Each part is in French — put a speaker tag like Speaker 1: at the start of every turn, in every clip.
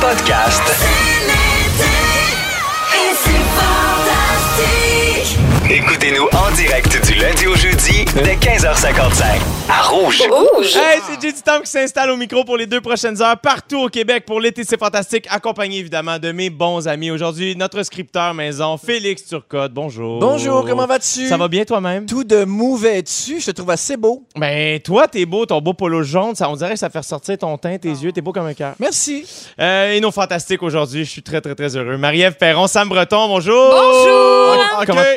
Speaker 1: podcast. Écoutez-nous en direct du lundi au jeudi dès 15h55 à Rouge.
Speaker 2: Hey, c'est J.D. Temple qui s'installe au micro pour les deux prochaines heures partout au Québec pour l'été, c'est fantastique, accompagné évidemment de mes bons amis. Aujourd'hui, notre scripteur maison, Félix Turcotte. Bonjour.
Speaker 3: Bonjour, comment vas-tu?
Speaker 2: Ça va bien toi-même?
Speaker 3: Tout de mauvais dessus, je te trouve assez beau.
Speaker 2: Ben, toi, t'es beau, ton beau polo jaune, ça, on dirait que ça fait ressortir ton teint, tes yeux, t'es beau comme un cœur.
Speaker 3: Merci.
Speaker 2: Euh, et nos fantastiques aujourd'hui, je suis très, très, très heureux. Marie-Ève Perron, Sam Breton, bonjour.
Speaker 4: Bonjour.
Speaker 2: Oh, comment- OK.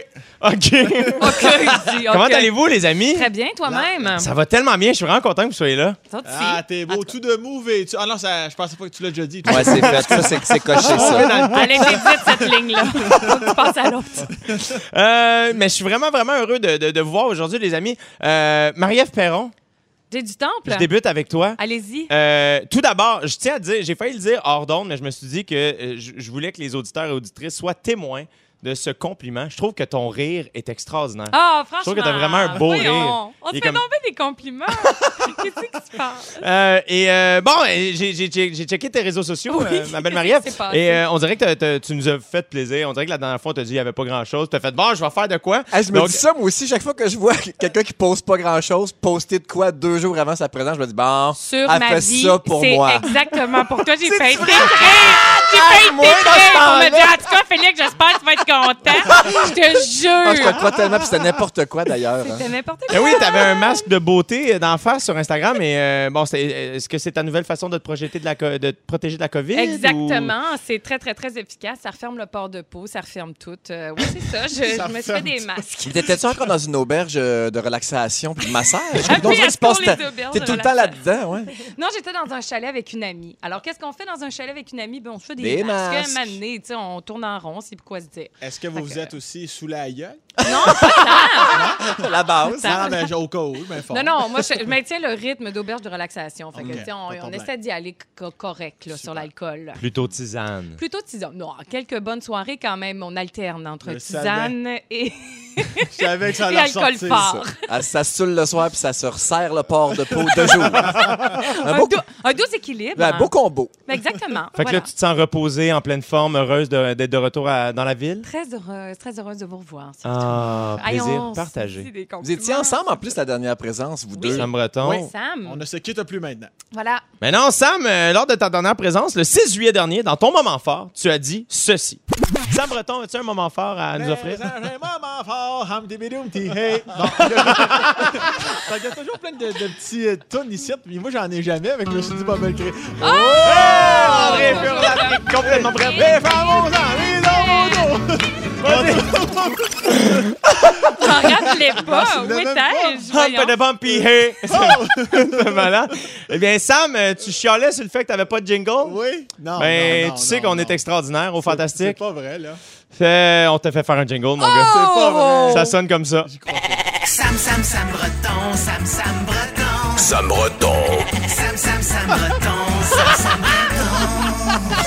Speaker 4: OK, je dis,
Speaker 2: Comment
Speaker 4: OK.
Speaker 2: allez-vous, les amis?
Speaker 4: Très bien, toi-même.
Speaker 2: Ça va tellement bien, je suis vraiment content que vous soyez là.
Speaker 4: Toi aussi.
Speaker 5: Ah, t'es beau, tout de mouvé. Tu... Ah non, ça, je pensais pas que tu l'as déjà dit.
Speaker 3: Ouais, c'est fait, ça, c'est c'est coché, ça.
Speaker 4: Allez, vite cette ligne-là. Faut que tu passes à l'autre.
Speaker 2: Euh, mais je suis vraiment, vraiment heureux de, de, de vous voir aujourd'hui, les amis. Euh, Marie-Ève Perron,
Speaker 4: J'ai du temple.
Speaker 2: je débute avec toi.
Speaker 4: Allez-y.
Speaker 2: Euh, tout d'abord, je tiens à dire, j'ai failli le dire hors d'onde, mais je me suis dit que euh, je je voulais que les auditeurs et auditrices soient témoins de ce compliment. Je trouve que ton rire est extraordinaire.
Speaker 4: Ah, franchement.
Speaker 2: trouve que t'as vraiment un beau
Speaker 4: voyons,
Speaker 2: rire.
Speaker 4: On
Speaker 2: Il est
Speaker 4: se fait
Speaker 2: comme-
Speaker 4: tomber des compliments. Qu'est-ce qui se passe?
Speaker 2: Euh, et euh, bon, euh, j'ai j'ai- j'ai- j'ai checké tes réseaux sociaux,
Speaker 4: Oui.
Speaker 2: euh, ma belle Marie-Ève.
Speaker 4: C'est passé.
Speaker 2: Et euh, on dirait que t'as- t'as- tu nous as fait plaisir. On dirait que la dernière fois, on t'a dit qu'il n'y avait pas grand-chose. Tu as fait, bon, je vais faire de quoi?
Speaker 3: Ah, je me
Speaker 2: Donc,
Speaker 3: dis ça, moi aussi, chaque fois que je vois quelqu'un qui pose pas grand-chose, poster de quoi deux jours avant sa présence, je me dis, bon,
Speaker 4: Sur
Speaker 3: elle
Speaker 4: ma
Speaker 3: fait
Speaker 4: vie,
Speaker 3: ça pour
Speaker 4: c'est
Speaker 3: moi.
Speaker 4: exactement pour toi. J'ai
Speaker 3: C'est
Speaker 4: fait
Speaker 3: vrai?
Speaker 4: des J'ai fait
Speaker 3: moi, dans ce
Speaker 4: On
Speaker 3: temps-là.
Speaker 4: me dit, en tout cas, Félix, j'espère que tu vas être content. Je
Speaker 3: Ah, je te
Speaker 4: te jure.
Speaker 3: crois tellement, puis c'était n'importe quoi, d'ailleurs. hein.
Speaker 4: C'était n'importe
Speaker 2: Ben
Speaker 4: quoi.
Speaker 2: oui, t'avais un masque de beauté euh, d'en face sur Instagram. Et euh, bon, c'est- euh, est-ce que c'est ta nouvelle façon de te, projeter de la co- de te protéger de la COVID? ou-
Speaker 4: Exactement, c'est très, très, très efficace. Ça referme le port de peau, ça referme tout. Euh, oui, c'est ça, je,
Speaker 2: Ça
Speaker 4: je me suis fait
Speaker 2: referme
Speaker 4: des
Speaker 2: tout.
Speaker 4: masques.
Speaker 3: Puis T'étais-tu encore dans une auberge euh, de relaxation puis de massage?
Speaker 4: Ah,
Speaker 3: Donc,
Speaker 4: puis
Speaker 3: tu
Speaker 4: elle
Speaker 3: passes
Speaker 4: tourne
Speaker 3: ta-
Speaker 4: les auberges
Speaker 3: T'es
Speaker 4: de
Speaker 3: tout le temps là-dedans,
Speaker 4: relaxation.
Speaker 3: ouais.
Speaker 4: Non, j'étais dans un chalet avec une amie. Alors, qu'est-ce qu'on fait dans un chalet avec une amie? Ben, on se fait des,
Speaker 3: Des
Speaker 4: masques.
Speaker 3: masques.
Speaker 4: Un moment donné, tu sais, on tourne en rond, c'est pourquoi se dire.
Speaker 5: Est-ce que vous vous êtes aussi sous la gueule?
Speaker 4: Non, pas tant.
Speaker 3: La base.
Speaker 4: Ça-
Speaker 5: Non, ben, j'ai- au cas où, mais fort.
Speaker 4: non, non, moi, je, je maintiens le rythme d'auberge de relaxation. Fait que,
Speaker 5: Ok,
Speaker 4: tu sais, on,
Speaker 5: pas de
Speaker 4: on
Speaker 5: problème.
Speaker 4: essaie d'y aller co- correct là, sur l'alcool.
Speaker 2: Plutôt tisane.
Speaker 4: Plutôt tisane. Non, quelques bonnes soirées quand même. On alterne entre
Speaker 5: Le
Speaker 4: tisane et,
Speaker 5: Je savais que ça
Speaker 4: et
Speaker 5: allait
Speaker 4: alcool
Speaker 5: ressortir.
Speaker 4: fort.
Speaker 3: Ah, Ça se saoule le soir, puis ça se resserre le port de peau de jour. Un
Speaker 4: Un,
Speaker 3: beau, Ben,
Speaker 4: dou- un doux équilibre. hein.
Speaker 3: un beau combo.
Speaker 4: Exactement.
Speaker 2: Fait que
Speaker 4: voilà.
Speaker 2: là, tu te sens reposé, en pleine forme, heureuse de- d'être de, retour à- dans la ville?
Speaker 4: Très heureuse, très heureuse de vous revoir. surtout.
Speaker 2: Ah,
Speaker 4: Hey,
Speaker 2: plaisir
Speaker 4: on se dit
Speaker 2: partagé.
Speaker 4: des
Speaker 3: Vous étiez
Speaker 4: compliments.
Speaker 3: ensemble en plus la dernière présence, vous deux.
Speaker 2: Sam Breton.
Speaker 4: Oui, Sam.
Speaker 5: On ne se quitte plus maintenant.
Speaker 4: Voilà.
Speaker 2: Mais non, Sam, euh, lors de ta dernière présence, le 6 juillet dernier, dans ton moment fort, tu as dit ceci. Sam Breton, as-tu un moment fort à nous offrir?
Speaker 5: Mais un moment fort, hum, di, bi, dum, ti, hey. Non. Fait qu'il y a toujours plein de, de petits euh, tunes ici, mais moi, j'en ai jamais, mais je me suis dit, bah, ben, le créer.
Speaker 2: Ah! André
Speaker 4: Bonjour,
Speaker 2: Furlan
Speaker 4: Sam.
Speaker 2: est complètement prêt.
Speaker 5: Les femmes ont ça, les hommes ont ça.
Speaker 4: T'en rappelais Ah, pas.
Speaker 5: Non,
Speaker 4: Où
Speaker 5: c'est même pas.
Speaker 4: étais-je?
Speaker 2: Hump
Speaker 4: Voyons.
Speaker 2: and a bumpy, hey! C'est malin. Eh bien, Sam, euh, tu chialais sur le fait que t'avais pas de jingle?
Speaker 5: Oui? Non,
Speaker 2: Ben,
Speaker 5: non, non,
Speaker 2: tu sais
Speaker 5: non,
Speaker 2: qu'on
Speaker 5: non.
Speaker 2: est extraordinaire au
Speaker 5: C'est
Speaker 2: Fantastique.
Speaker 5: pas vrai, là.
Speaker 2: Fait- on t'a fait faire un jingle, mon gars.
Speaker 5: C'est pas vrai.
Speaker 2: Ça sonne comme ça.
Speaker 6: Sam Sam Sam Breton, Sam Sam Breton,
Speaker 1: Sam Breton.
Speaker 6: Sam Sam Sam Breton, Sam Sam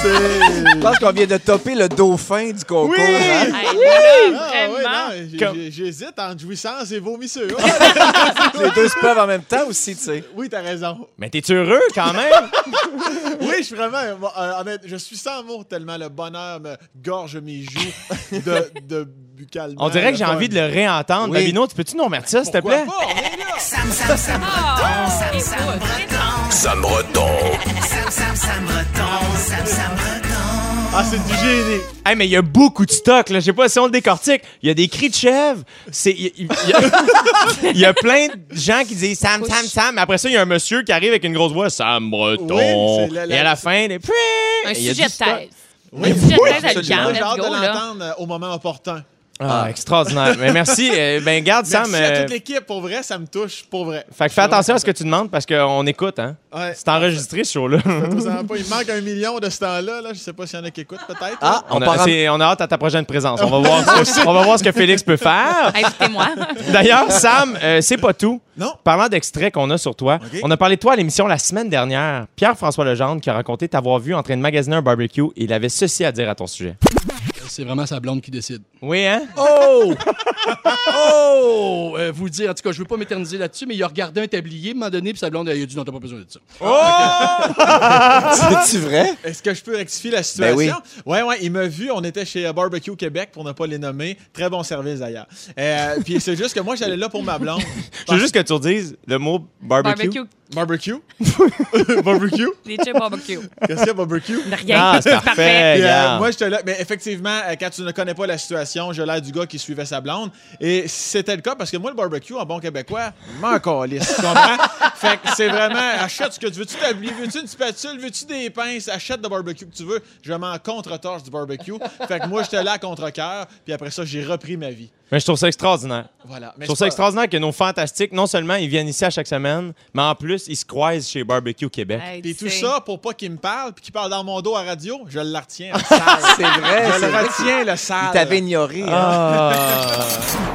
Speaker 5: C'est...
Speaker 3: Je pense qu'on vient de topper le dauphin du concours.
Speaker 2: Oui!
Speaker 3: hein?
Speaker 4: Hey, là,
Speaker 5: Ah, ouais,
Speaker 4: vraiment.
Speaker 5: non, j'ai-
Speaker 2: Comme-
Speaker 5: j'ai- J'hésite entre jouissance et vomissure.
Speaker 3: Les deux se peuvent en même temps aussi, tu sais.
Speaker 5: oui, t'as raison.
Speaker 2: Mais t'es heureux quand même?
Speaker 5: Oui, je suis vraiment. euh, honnête, je suis sans mots tellement le bonheur me gorge mes joues de, de buccalement.
Speaker 2: On dirait que j'ai envie de le réentendre.
Speaker 3: Oui.
Speaker 2: Babino, tu peux-tu nous remettre ça, s'il te plaît?
Speaker 6: Sam Sam Sam Breton, Sam
Speaker 4: Ah, écoute,
Speaker 6: Sam Breton,
Speaker 1: Sam Breton.
Speaker 6: Sam Sam Sam Breton, Sam Sam Breton.
Speaker 5: Ah, c'est du génie.
Speaker 2: Hey, mais il y a beaucoup de stock, là. Je sais pas si on le décortique. Il y a des cris de chèvre. C'est- Il il- il y, a- il y a plein de gens qui disent Sam, Sam, Sam. Mais après ça, il y a un monsieur qui arrive avec une grosse voix Sam Breton.
Speaker 5: Oui, c'est la- la-
Speaker 2: Et à la fin, les...
Speaker 4: Un
Speaker 2: Il y a
Speaker 4: sujet
Speaker 2: du
Speaker 4: de
Speaker 2: stock.
Speaker 4: thèse. Un sujet de thèse à
Speaker 3: absolument.
Speaker 4: Lucas,
Speaker 5: Moi, j'ai
Speaker 4: let's
Speaker 5: hâte de
Speaker 4: go, là.
Speaker 5: l'entendre euh, au moment opportun.
Speaker 2: Ah, extraordinaire. Mais merci. Euh, ben, garde,
Speaker 5: Merci
Speaker 2: Sam.
Speaker 5: à
Speaker 2: euh,
Speaker 5: toute l'équipe. Pour vrai, ça me touche. Pour vrai.
Speaker 2: Fait que fais attention à ce que tu demandes parce qu'on écoute, hein.
Speaker 5: Ouais.
Speaker 2: C'est enregistré, ce show-là.
Speaker 5: Ça va pas. Il manque un million de ce temps-là. Là. Je sais pas s'il y en a qui écoutent, peut-être.
Speaker 3: Ah, on,
Speaker 2: On a,
Speaker 3: part en...
Speaker 2: c'est- on a hâte à ta prochaine présence. On va voir ce que, on va voir ce que Félix peut faire.
Speaker 4: Invitez-moi.
Speaker 2: D'ailleurs, Sam, euh, c'est pas tout.
Speaker 5: Non.
Speaker 2: Parlant d'extraits qu'on a sur toi,
Speaker 5: OK.
Speaker 2: on a parlé de toi à l'émission la semaine dernière. Pierre-François Legendre qui a raconté t'avoir vu en train de magasiner un barbecue et il avait ceci à dire à ton sujet.
Speaker 7: c'est vraiment sa blonde qui décide.
Speaker 2: Oui, hein?
Speaker 7: Oh! oh! Euh, vous dire, en tout cas, je veux pas m'éterniser là-dessus, mais il a regardé un tablier à un moment donné, puis sa blonde, elle, il a dit non, t'as pas besoin de ça.
Speaker 3: C'est-tu vrai?
Speaker 5: Est-ce que je peux rectifier la
Speaker 3: Ben
Speaker 5: situation?
Speaker 3: oui.
Speaker 5: Ouais, ouais, il m'a vu. On était chez euh, Barbecue Québec pour ne pas les nommer. Très bon service d'ailleurs. Euh, Puis c'est juste que moi, j'allais là pour ma blonde.
Speaker 2: Je veux juste que tu redises le mot barbecue.
Speaker 4: Barbecue.
Speaker 5: Barbecue? barbecue?
Speaker 4: Les chips barbecue.
Speaker 5: Qu'est-ce qu'il y a, barbecue?
Speaker 4: Rien.
Speaker 2: Ah, c'est parfait.
Speaker 5: Puis, euh,
Speaker 2: regarde.
Speaker 5: moi, j'étais là. Mais effectivement, euh, quand tu ne connais pas la situation, j'ai l'air du gars qui suivait sa blonde. Et c'était le cas parce que moi, le barbecue, en bon québécois, m'en calisse. Tu comprends? fait que c'est vraiment achète ce que tu veux. Tu t'habilles, veux-tu une spatule, veux-tu des pinces, achète le barbecue que tu veux. Je m'en contre-torche du barbecue. Fait que moi, j'étais là à contre-coeur. Puis après ça, j'ai repris ma vie.
Speaker 2: Mais je trouve ça extraordinaire.
Speaker 5: Voilà. Mais
Speaker 2: Je trouve
Speaker 5: c'est
Speaker 2: ça
Speaker 5: pas-
Speaker 2: extraordinaire que nos fantastiques, non seulement ils viennent ici à chaque semaine, mais en plus, ils se croisent chez Barbecue Québec.
Speaker 4: Hey,
Speaker 5: Puis
Speaker 4: tu
Speaker 5: tout
Speaker 4: sais.
Speaker 5: ça pour pas qu'il me parle, puis qu'il parle dans mon dos à radio, je le retiens. le
Speaker 3: C'est vrai,
Speaker 5: sale. je
Speaker 3: c'est
Speaker 5: le
Speaker 3: vrai.
Speaker 5: retiens, le
Speaker 3: Il
Speaker 4: Ah,
Speaker 5: sale.
Speaker 3: t'avait ignoré. hein.
Speaker 2: Ah.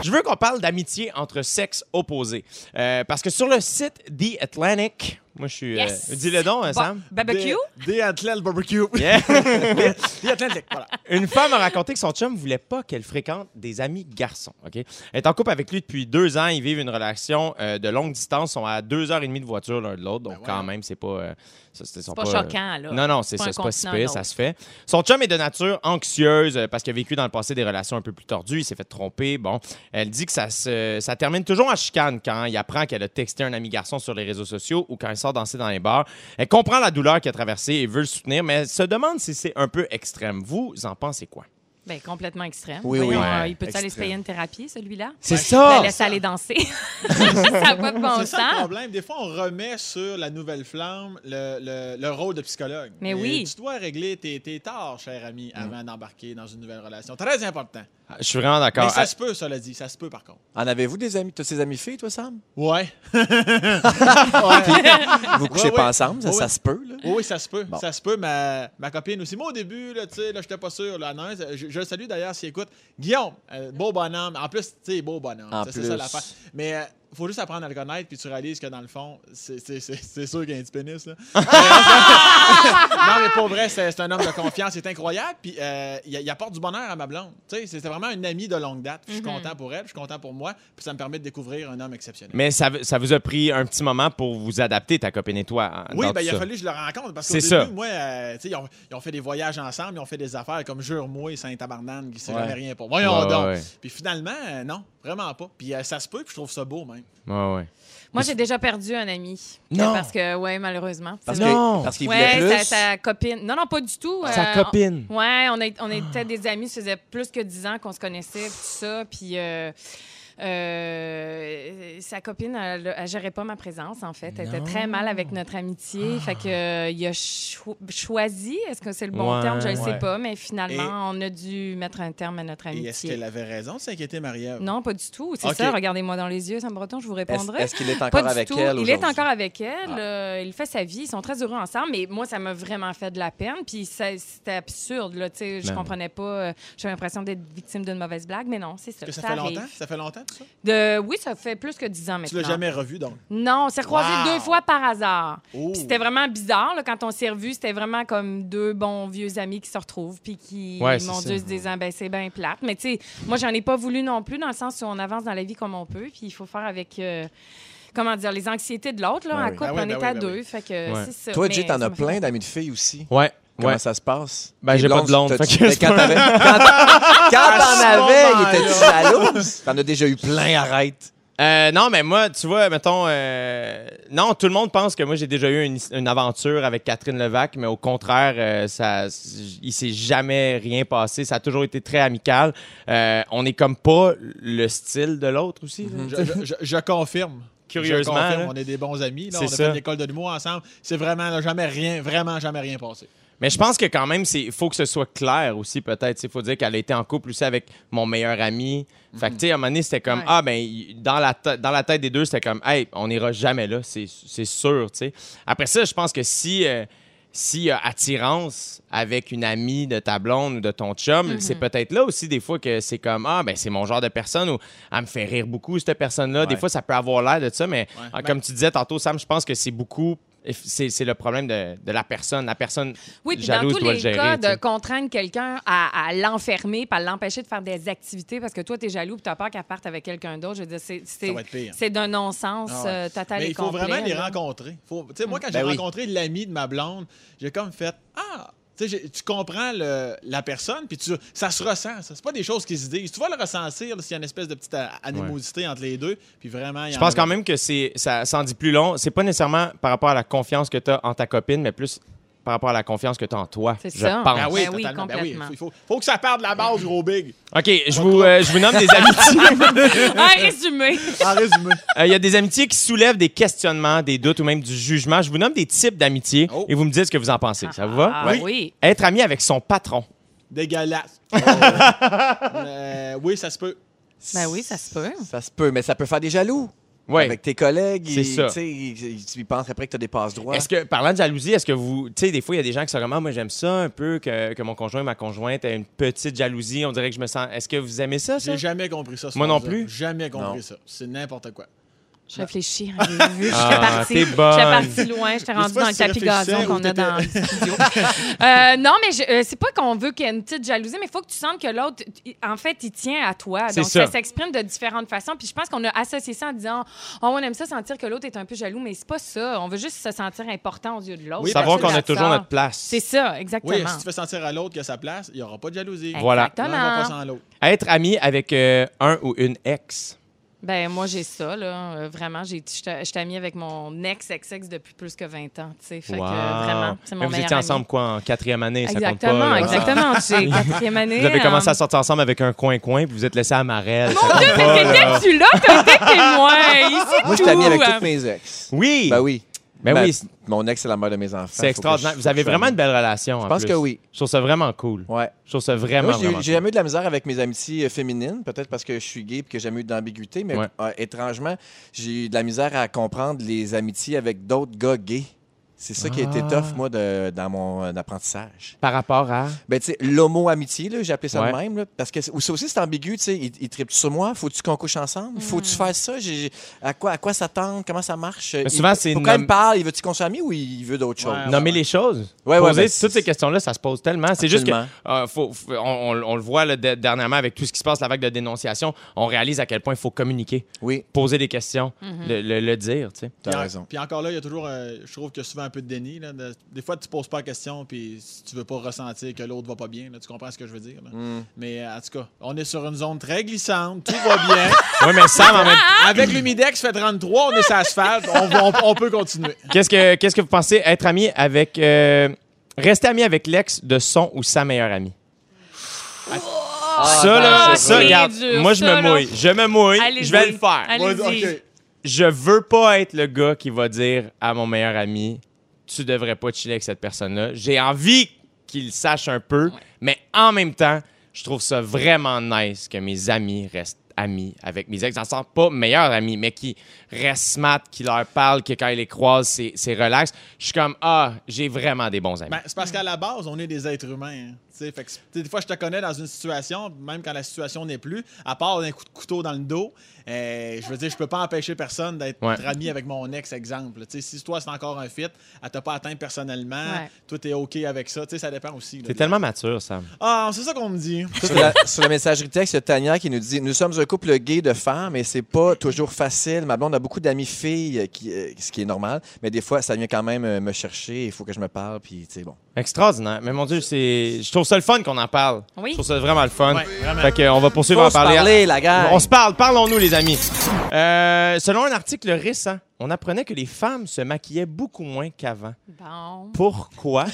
Speaker 2: Je veux qu'on parle d'amitié entre sexes opposés. Euh, parce que sur le site The Atlantic, moi je suis. euh,
Speaker 4: Yes.
Speaker 2: Dis-le donc, hein,
Speaker 4: Ba-
Speaker 2: Sam.
Speaker 4: Barbecue?
Speaker 5: Des- Des Athlètes barbecue.
Speaker 2: Yeah.
Speaker 5: Des Athlètes, voilà.
Speaker 2: Une femme a raconté que son chum voulait pas qu'elle fréquente des amis garçons. ok? Elle est en couple avec lui depuis deux ans. Ils vivent une relation euh, de longue distance. Ils sont à deux heures et demie de voiture l'un de l'autre.
Speaker 5: Ben
Speaker 2: Donc, quand même, c'est pas. euh, ça, c'est ils sont euh,
Speaker 4: pas choquant, là.
Speaker 2: Non, non, c'est
Speaker 4: pas
Speaker 2: ça.
Speaker 4: un
Speaker 2: C'est pas si
Speaker 4: continent
Speaker 2: pire,
Speaker 4: à
Speaker 2: ça
Speaker 4: l'autre.
Speaker 2: se fait. Son chum est de nature anxieuse euh, parce qu'il a vécu dans le passé des relations un peu plus tordues. Il s'est fait tromper. Bon, elle dit que ça, se- ça termine toujours en chicane quand il apprend qu'elle a texté un ami garçon sur les réseaux sociaux ou quand il sort danser dans les bars. Elle comprend la douleur qu'il a traversée et veut le soutenir, mais elle se demande si c'est un peu extrême. Vous en pensez quoi?
Speaker 4: Ben, complètement extrême.
Speaker 3: Oui, oui.
Speaker 4: Voyons,
Speaker 2: Ouais,
Speaker 4: euh, il peut aller se
Speaker 3: extrême.
Speaker 4: payer une thérapie, celui-là?
Speaker 2: C'est
Speaker 4: Ben,
Speaker 2: ça!
Speaker 4: laisse aller danser. ça n'a pas de bon
Speaker 5: C'est ça le
Speaker 4: sens.
Speaker 5: problème. Des fois, on remet sur la nouvelle flamme le, le- le rôle de psychologue.
Speaker 4: Mais oui.
Speaker 5: Tu dois régler tes, tes torts, cher ami,
Speaker 3: Mm.
Speaker 5: avant d'embarquer dans une nouvelle relation. Très important.
Speaker 2: Je suis vraiment
Speaker 5: Mais
Speaker 2: d'accord. Ah,
Speaker 5: ça se peut, cela dit. Ça se peut, par contre.
Speaker 3: En avez-vous des amis? T'as ces amis filles, toi, Sam?
Speaker 5: Ouais.
Speaker 4: Ah.
Speaker 3: Vous couchez
Speaker 5: ouais.
Speaker 3: pas ensemble, ça,
Speaker 5: Ouais,
Speaker 3: ça
Speaker 5: ouais.
Speaker 3: se peut, là?
Speaker 5: Oui, oui, ça se peut.
Speaker 3: Bon.
Speaker 5: Ça se peut. Ma, ma copine aussi. Moi, au début, là, tu sais, là, j'étais pas sûr. Là, non, je, je le salue d'ailleurs s'il écoute. Guillaume, euh, beau bonhomme. En plus, tu sais, beau bonhomme.
Speaker 3: En
Speaker 5: Ça, C'est ça
Speaker 3: plus.
Speaker 5: l'affaire. Mais euh, faut juste apprendre à le connaître, puis tu réalises que dans le fond, c'est- c'est c'est- c'est sûr qu'il y a un petit pénis. Là. Euh, non, mais pour vrai, c'est c'est un homme de confiance. C'est incroyable. Puis euh, il, il apporte du bonheur à ma blonde. Tu sais, c'est c'est vraiment un ami de longue date. Puis Je suis content pour elle, je suis content pour moi. Puis ça me permet de découvrir un homme exceptionnel.
Speaker 2: Mais ça, ça vous a pris un petit moment pour vous adapter, ta copine et toi. hein,
Speaker 5: Oui,
Speaker 2: dans
Speaker 5: ben,
Speaker 2: tout
Speaker 5: il a
Speaker 2: ça.
Speaker 5: fallu que je le rencontre parce
Speaker 2: C'est
Speaker 5: qu'au début,
Speaker 2: ça.
Speaker 5: moi, euh, tu sais, ils, ont, ils ont fait des voyages ensemble, ils ont fait des affaires comme Jure-moi et Saint-Tabarnane qui sait
Speaker 3: Ouais.
Speaker 5: jamais rien pour. Voyons
Speaker 2: Ouais,
Speaker 5: donc.
Speaker 2: ouais, ouais.
Speaker 5: Puis finalement, euh, non, vraiment pas. Puis euh, ça se peut, puis je trouve ça beau même.
Speaker 2: Ouais, ouais.
Speaker 4: Moi, j'ai déjà perdu un ami.
Speaker 2: Non.
Speaker 4: Parce que, ouais, malheureusement.
Speaker 3: Parce
Speaker 4: C'est-
Speaker 2: Non.
Speaker 3: que- parce qu'il voulait
Speaker 4: Ouais, sa,
Speaker 3: plus.
Speaker 4: sa copine. Non, non, pas du tout. euh,
Speaker 2: Sa
Speaker 4: on-
Speaker 2: copine.
Speaker 4: ouais, on, est- on était des amis, ça faisait plus que 10 ans qu'on se connaissait, puis tout ça. Puis euh, euh, sa copine, elle, elle gérait pas ma présence, en fait. Elle
Speaker 2: Non.
Speaker 4: était très mal avec notre amitié. Fait que, euh, il a cho- choisi, est-ce que c'est le bon
Speaker 2: Ouais,
Speaker 4: terme? Je ne sais
Speaker 2: ouais.
Speaker 4: pas, mais finalement,
Speaker 5: Et-
Speaker 4: on a dû mettre un terme à notre
Speaker 5: Et est-ce qu'elle
Speaker 4: amitié.
Speaker 5: avait raison de s'inquiéter, Marie-Ève?
Speaker 4: Non, pas du tout. C'est
Speaker 5: Ok.
Speaker 4: ça, regardez-moi dans les yeux, Sam Breton, je vous
Speaker 3: Est-ce
Speaker 4: répondrai.
Speaker 3: est-ce qu'il est
Speaker 4: Pas
Speaker 3: encore
Speaker 4: du
Speaker 3: avec
Speaker 4: tout.
Speaker 3: elle
Speaker 4: Il est
Speaker 3: aujourd'hui?
Speaker 4: encore avec elle.
Speaker 3: Ah.
Speaker 4: euh, il fait sa vie. Ils sont très heureux ensemble. Mais moi, ça m'a vraiment fait de la peine. Puis ça- c'était absurde. Là, tu sais, je
Speaker 2: Ben.
Speaker 4: comprenais pas. euh, J'avais l'impression d'être victime d'une mauvaise blague. Mais non, c'est ça.
Speaker 5: Est-ce que ça,
Speaker 4: ça
Speaker 5: fait
Speaker 4: arrive.
Speaker 5: longtemps? Ça fait longtemps, tout ça?
Speaker 4: De... Oui, ça fait plus que 10 ans maintenant.
Speaker 5: Tu l'as jamais revu, donc.
Speaker 4: Non, on s'est croisés
Speaker 5: Wow.
Speaker 4: deux fois par hasard.
Speaker 5: Oh.
Speaker 4: Puis c'était vraiment bizarre. là, quand on s'est revus, c'était vraiment comme deux bons vieux amis qui se retrouvent. Puis qui,
Speaker 2: Ouais,
Speaker 4: mon
Speaker 2: c'est
Speaker 4: Dieu,
Speaker 2: ça.
Speaker 4: se disent Ah, ben, c'est bien plate. Mais tu sais, moi, j'en ai pas voulu non plus, dans le sens où on avance dans la vie comme on peut. Puis il faut faire avec. euh, Comment dire, les anxiétés de l'autre, là,
Speaker 3: Ben
Speaker 4: en
Speaker 3: oui.
Speaker 4: couple,
Speaker 5: Ben oui,
Speaker 4: on
Speaker 5: ben
Speaker 4: est
Speaker 5: oui,
Speaker 4: à
Speaker 5: ben
Speaker 4: deux.
Speaker 5: oui.
Speaker 4: Fait que
Speaker 2: Ouais.
Speaker 4: c'est ça.
Speaker 3: Toi,
Speaker 4: mais
Speaker 3: Jay, t'en
Speaker 4: ça
Speaker 3: as
Speaker 4: m'a fait-
Speaker 3: plein d'amis de filles aussi.
Speaker 2: Ouais,
Speaker 3: Comment
Speaker 2: ouais.
Speaker 3: ça se passe?
Speaker 2: Ben,
Speaker 3: Les
Speaker 2: j'ai pas de
Speaker 3: blondes,
Speaker 2: blonde,
Speaker 3: t'as-
Speaker 2: fait que
Speaker 3: ben,
Speaker 2: c'est
Speaker 3: quand
Speaker 2: pas-
Speaker 3: t'avais- quand- quand
Speaker 4: Ah,
Speaker 3: t'en avais, il était
Speaker 5: moment-là.
Speaker 3: jalouse. T'en as déjà eu plein, arrête.
Speaker 2: Euh, non, mais moi, tu vois, mettons. euh, Non, tout le monde pense que moi, j'ai déjà eu une, une aventure avec Catherine Levac, mais au contraire, euh, ça, il s'est jamais rien passé. Ça a toujours été très amical. Euh, on est comme pas le style de l'autre aussi. là.
Speaker 5: Je, je- je- je confirme.
Speaker 2: Curieusement,
Speaker 5: Je confirme,
Speaker 2: là.
Speaker 5: on est des bons amis. Là,
Speaker 2: C'est
Speaker 5: on a
Speaker 2: ça.
Speaker 5: fait une école de l'humour ensemble. C'est vraiment là, jamais rien, vraiment jamais rien passé.
Speaker 2: Mais je pense que quand même, il faut que ce soit clair aussi, peut-être. Il faut dire qu'elle a été en couple aussi avec mon meilleur ami. Fait que, tu sais, à un moment donné, c'était comme,
Speaker 4: Ouais.
Speaker 2: ah, ben, il- dans la, te- dans la tête des deux, c'était comme, hey, on n'ira jamais là, c'est c'est sûr, tu sais. Après ça, je pense que si. euh, s'il y a attirance avec une amie de ta blonde ou de ton chum, c'est peut-être là aussi des fois que c'est comme Ah, ben c'est mon genre de personne ou elle me fait rire beaucoup, cette personne-là. Des
Speaker 3: Ouais.
Speaker 2: fois, ça peut avoir l'air de ça, mais
Speaker 5: Ouais.
Speaker 2: ah, comme tu disais tantôt, Sam, je pense que c'est beaucoup eff- c'est c'est le problème de, de la personne. La personne
Speaker 4: Oui, puis dans
Speaker 2: jalouse
Speaker 4: tous
Speaker 2: doit
Speaker 4: les
Speaker 2: le gérer.
Speaker 4: cas,
Speaker 2: tu sais.
Speaker 4: de contraindre quelqu'un à, à l'enfermer, puis à l'empêcher de faire des activités parce que toi, t'es jaloux, puis t'as peur qu'elle parte avec quelqu'un d'autre. Je veux dire, c'est- c'est
Speaker 5: va être pire.
Speaker 4: c'est d'un non-sens
Speaker 5: Ah ouais.
Speaker 4: euh, total
Speaker 5: Mais
Speaker 4: et
Speaker 5: il faut
Speaker 4: complet.
Speaker 5: vraiment les
Speaker 4: là.
Speaker 5: rencontrer. Faut- tu sais, moi, quand j'ai
Speaker 3: Ben oui.
Speaker 5: rencontré l'ami de ma blonde, j'ai comme fait Ah! Tu sais, j'ai- tu comprends le- la personne, puis tu- ça se ressent. Ce pas des choses qui se disent. Tu vas le ressentir là, s'il y a une espèce de petite euh, animosité entre les deux. Puis vraiment, il y
Speaker 2: Je
Speaker 5: en
Speaker 2: pense
Speaker 5: a-
Speaker 2: quand même que c'est ça s'en dit plus long. C'est pas nécessairement par rapport à la confiance que tu as en ta copine, mais plus par rapport à la confiance que tu as en toi.
Speaker 4: C'est
Speaker 2: je
Speaker 4: ça.
Speaker 2: pense.
Speaker 5: Ah oui,
Speaker 4: Ben oui,
Speaker 5: totalement. Ben oui,
Speaker 4: complètement.
Speaker 5: il faut, faut- faut que ça parte de la base, gros big.
Speaker 2: OK, je vous, euh, je vous nomme des amitiés.
Speaker 4: Un résumé.
Speaker 5: En résumé.
Speaker 2: Euh, Il y a des amitiés qui soulèvent des questionnements, des doutes ou même du jugement. Je vous nomme des types d'amitié
Speaker 5: Oh.
Speaker 2: et vous me dites ce que vous en pensez. Ça vous va?
Speaker 4: Ah,
Speaker 5: Oui.
Speaker 4: oui.
Speaker 2: Être ami avec son patron.
Speaker 5: Dégueulasse. Euh, oui, ça se peut.
Speaker 4: Ben oui, ça se peut.
Speaker 3: Ça se peut, mais ça peut faire des jaloux.
Speaker 2: Oui.
Speaker 3: Avec tes collègues,
Speaker 2: C'est
Speaker 3: ils-
Speaker 2: ça.
Speaker 3: tu sais, ils- tu penses après que tu as des passes droits.
Speaker 2: Est-ce que, parlant de jalousie, est-ce que vous. Tu sais, des fois, il y a des gens qui sont comme, Ah, moi, j'aime ça un peu, que, que mon conjoint, ma conjointe ait une petite jalousie. On dirait que je me sens. Est-ce que vous aimez ça, ça?
Speaker 5: J'ai jamais compris ça. ce
Speaker 2: Moi non
Speaker 5: monde-là.
Speaker 2: plus.
Speaker 5: Jamais compris
Speaker 3: Non.
Speaker 5: ça. C'est n'importe quoi.
Speaker 4: Je réfléchis. hein, j'ai vu, J'étais
Speaker 2: Ah,
Speaker 4: partie.
Speaker 2: t'es
Speaker 4: J'étais
Speaker 2: bonne.
Speaker 4: partie loin. J'étais
Speaker 5: sais
Speaker 4: rendue
Speaker 5: pas
Speaker 4: dans
Speaker 5: si
Speaker 4: le
Speaker 5: tu
Speaker 4: tapis gazon
Speaker 5: réfléchissais ou
Speaker 4: qu'on a
Speaker 5: t'étais-
Speaker 4: dans le studio. Euh, non, mais je- euh, c'est pas qu'on veut qu'il y ait une petite jalousie, mais il faut que tu sentes que l'autre, il- en fait, il tient à toi.
Speaker 2: C'est
Speaker 4: Donc,
Speaker 2: ça.
Speaker 4: ça, s'exprime de différentes façons. Puis je pense qu'on a associé ça en disant oh, on aime ça sentir que l'autre est un peu jaloux, mais c'est pas ça. On veut juste se sentir important aux yeux de l'autre.
Speaker 5: Oui,
Speaker 2: Savoir
Speaker 5: parce
Speaker 2: qu'on a
Speaker 5: que
Speaker 2: toujours notre place.
Speaker 4: C'est ça,
Speaker 5: Oui,
Speaker 4: exactement.
Speaker 5: si tu fais sentir à l'autre que sa place, il n'y aura pas de jalousie.
Speaker 2: Eh, Voilà.
Speaker 5: L'un va pas
Speaker 4: Exactement.
Speaker 5: sans l'autre.
Speaker 2: Être ami avec euh, un ou une ex.
Speaker 4: Ben, moi, j'ai ça, là. Euh, Vraiment, j'ai- j'étais j'étais amie avec mon ex-ex-ex depuis plus que 20 ans, tu sais. Fait que,
Speaker 2: Wow.
Speaker 4: euh, vraiment, c'est
Speaker 2: Mais
Speaker 4: mon
Speaker 2: vous
Speaker 4: meilleur
Speaker 2: étiez
Speaker 4: ami.
Speaker 2: ensemble quoi en quatrième année, ça compte
Speaker 4: Exactement,
Speaker 2: pas. là.
Speaker 4: exactement. J'ai quatrième année.
Speaker 2: Vous avez commencé
Speaker 4: euh,
Speaker 2: à sortir ensemble avec un coin-coin, puis vous êtes laissé à Marelle. ça
Speaker 3: Ah,
Speaker 4: Ah, Mon
Speaker 2: compte
Speaker 4: Dieu,
Speaker 2: pas,
Speaker 4: mais
Speaker 2: là.
Speaker 4: t'étais-tu là? T'étais témoin. Ici,
Speaker 3: Moi, je
Speaker 4: tout. hein.
Speaker 3: suis ami avec tous mes ex.
Speaker 2: ah, Oui!
Speaker 3: Ben oui.
Speaker 2: Ben
Speaker 3: Ma-
Speaker 2: oui, c'est-
Speaker 3: Mon ex, c'est la mère de mes enfants. Faut
Speaker 2: c'est
Speaker 3: que
Speaker 2: extraordinaire.
Speaker 3: je-
Speaker 2: Vous avez
Speaker 3: faut que
Speaker 2: vraiment une belle relation. Je
Speaker 3: pense que oui.
Speaker 2: Je trouve ça vraiment cool.
Speaker 3: Ouais.
Speaker 2: Je trouve ça vraiment,
Speaker 3: Moi, j'ai-
Speaker 2: vraiment
Speaker 3: j'ai jamais eu de la misère avec mes amitiés euh, féminines, peut-être parce que je suis gay et que j'ai jamais eu d'ambiguïté, mais
Speaker 2: Ouais.
Speaker 3: euh, étrangement, j'ai eu de la misère à comprendre les amitiés avec d'autres gars gays. C'est ça qui a été
Speaker 2: Ah.
Speaker 3: tough, moi, de- dans mon euh, apprentissage.
Speaker 2: cool. Par rapport à.
Speaker 3: Ben, tu sais, l'homo-amitié, là, j'ai appelé ça
Speaker 2: Ouais.
Speaker 3: de même, là, parce que c'est- ou ça aussi, c'est ambigu, tu sais, il, il tripe sur moi, faut-tu qu'on couche
Speaker 2: Mm.
Speaker 3: ensemble, faut-tu faire ça, J'ai- j'ai- à quoi, à quoi s'attendre, comment ça marche, Il-
Speaker 2: souvent, c'est
Speaker 3: pourquoi
Speaker 2: une-
Speaker 3: il me parle, il veut-tu qu'on soit amis ou il veut d'autres choses?
Speaker 5: Ouais.
Speaker 2: Nommer les choses.
Speaker 3: Ah, Ouais, ouais,
Speaker 2: Poser
Speaker 3: ben,
Speaker 2: toutes ces questions-là, ça se pose tellement. C'est juste que
Speaker 3: Absolument.
Speaker 2: euh, faut- faut- on, on- on le voit là, de- dernièrement avec tout ce qui se passe, la vague de dénonciation. On réalise à quel point il faut communiquer,
Speaker 3: Oui,
Speaker 2: poser des questions,
Speaker 4: Mm-hmm.
Speaker 2: le, le- le dire. Tu sais.
Speaker 3: t'as
Speaker 5: Puis en-
Speaker 3: raison.
Speaker 5: Puis encore là, il y a toujours, euh, je trouve qu'il y a souvent un peu de déni. là, de- des fois, tu poses pas la question, puis si tu veux pas ressentir que l'autre va pas bien. là, tu comprends ce que je veux dire. là.
Speaker 3: Mm.
Speaker 5: Mais euh, en tout cas, on est sur une zone très glissante, tout va bien.
Speaker 2: Oui, mais Sam, en même
Speaker 5: Avec l'humidex, fait 33, on est sur asphalte, on, va- on- on peut continuer.
Speaker 2: Qu'est-ce que, qu'est-ce que vous pensez être ami avec. euh, rester ami avec l'ex de son ou sa meilleure amie? ça, là, ça,
Speaker 4: ben, c'est
Speaker 2: regarde.
Speaker 4: dur,
Speaker 2: moi, je
Speaker 4: ça,
Speaker 2: me
Speaker 4: là.
Speaker 2: mouille. Je me mouille.
Speaker 4: Allez-y.
Speaker 2: Je vais le faire.
Speaker 4: Allez-y.
Speaker 5: Ouais,
Speaker 2: Je veux pas être le gars qui va dire à mon meilleur ami Tu devrais pas chiller avec cette personne-là. J'ai envie qu'il sache un peu, mais en même temps, je trouve ça vraiment nice que mes amis restent amis avec mes ex. J'en sors pas meilleurs amis, mais qui restent smart, qui leur parlent, que quand ils les croisent, c'est c'est relax. Je suis comme Ah, j'ai vraiment des bons amis.
Speaker 5: Ben, c'est parce qu'à la base, on est des êtres humains. hein. Tu sais, fait que, tu sais, des fois, je te connais dans une situation, même quand la situation n'est plus, à part d'un coup de couteau dans le dos, euh, je veux dire, je peux pas empêcher personne d'être
Speaker 2: Ouais.
Speaker 5: ami avec mon ex, exemple. Tu sais, si toi, c'est encore un fit, elle t'a pas atteint personnellement,
Speaker 4: Ouais.
Speaker 5: toi, t'es OK avec ça. Tu sais, ça dépend aussi. là,
Speaker 2: T'es
Speaker 5: de-
Speaker 2: tellement mature, Sam.
Speaker 5: Ah, c'est ça qu'on me dit.
Speaker 3: Sur la, sur la messagerie texte, il y a Tania qui nous dit Nous sommes un couple gay de femmes et c'est pas toujours facile. Ma blonde a beaucoup d'amis filles, euh, qui, euh, ce qui est normal, mais des fois, ça vient quand même euh, me chercher. Il faut que je me parle, puis tu sais, bon.
Speaker 2: Extraordinaire. Mais mon Dieu, c'est. Je trouve ça le fun qu'on en parle.
Speaker 4: Oui.
Speaker 2: Je trouve ça vraiment le fun.
Speaker 5: Ouais, vraiment.
Speaker 2: Fait qu'on va poursuivre à en
Speaker 3: Faut se
Speaker 2: parler.
Speaker 3: parler, la gang.
Speaker 2: On se parle, parlons-nous, les amis. Euh, selon un article récent, on apprenait que les femmes se maquillaient beaucoup moins qu'avant.
Speaker 4: Bon.
Speaker 2: Pourquoi?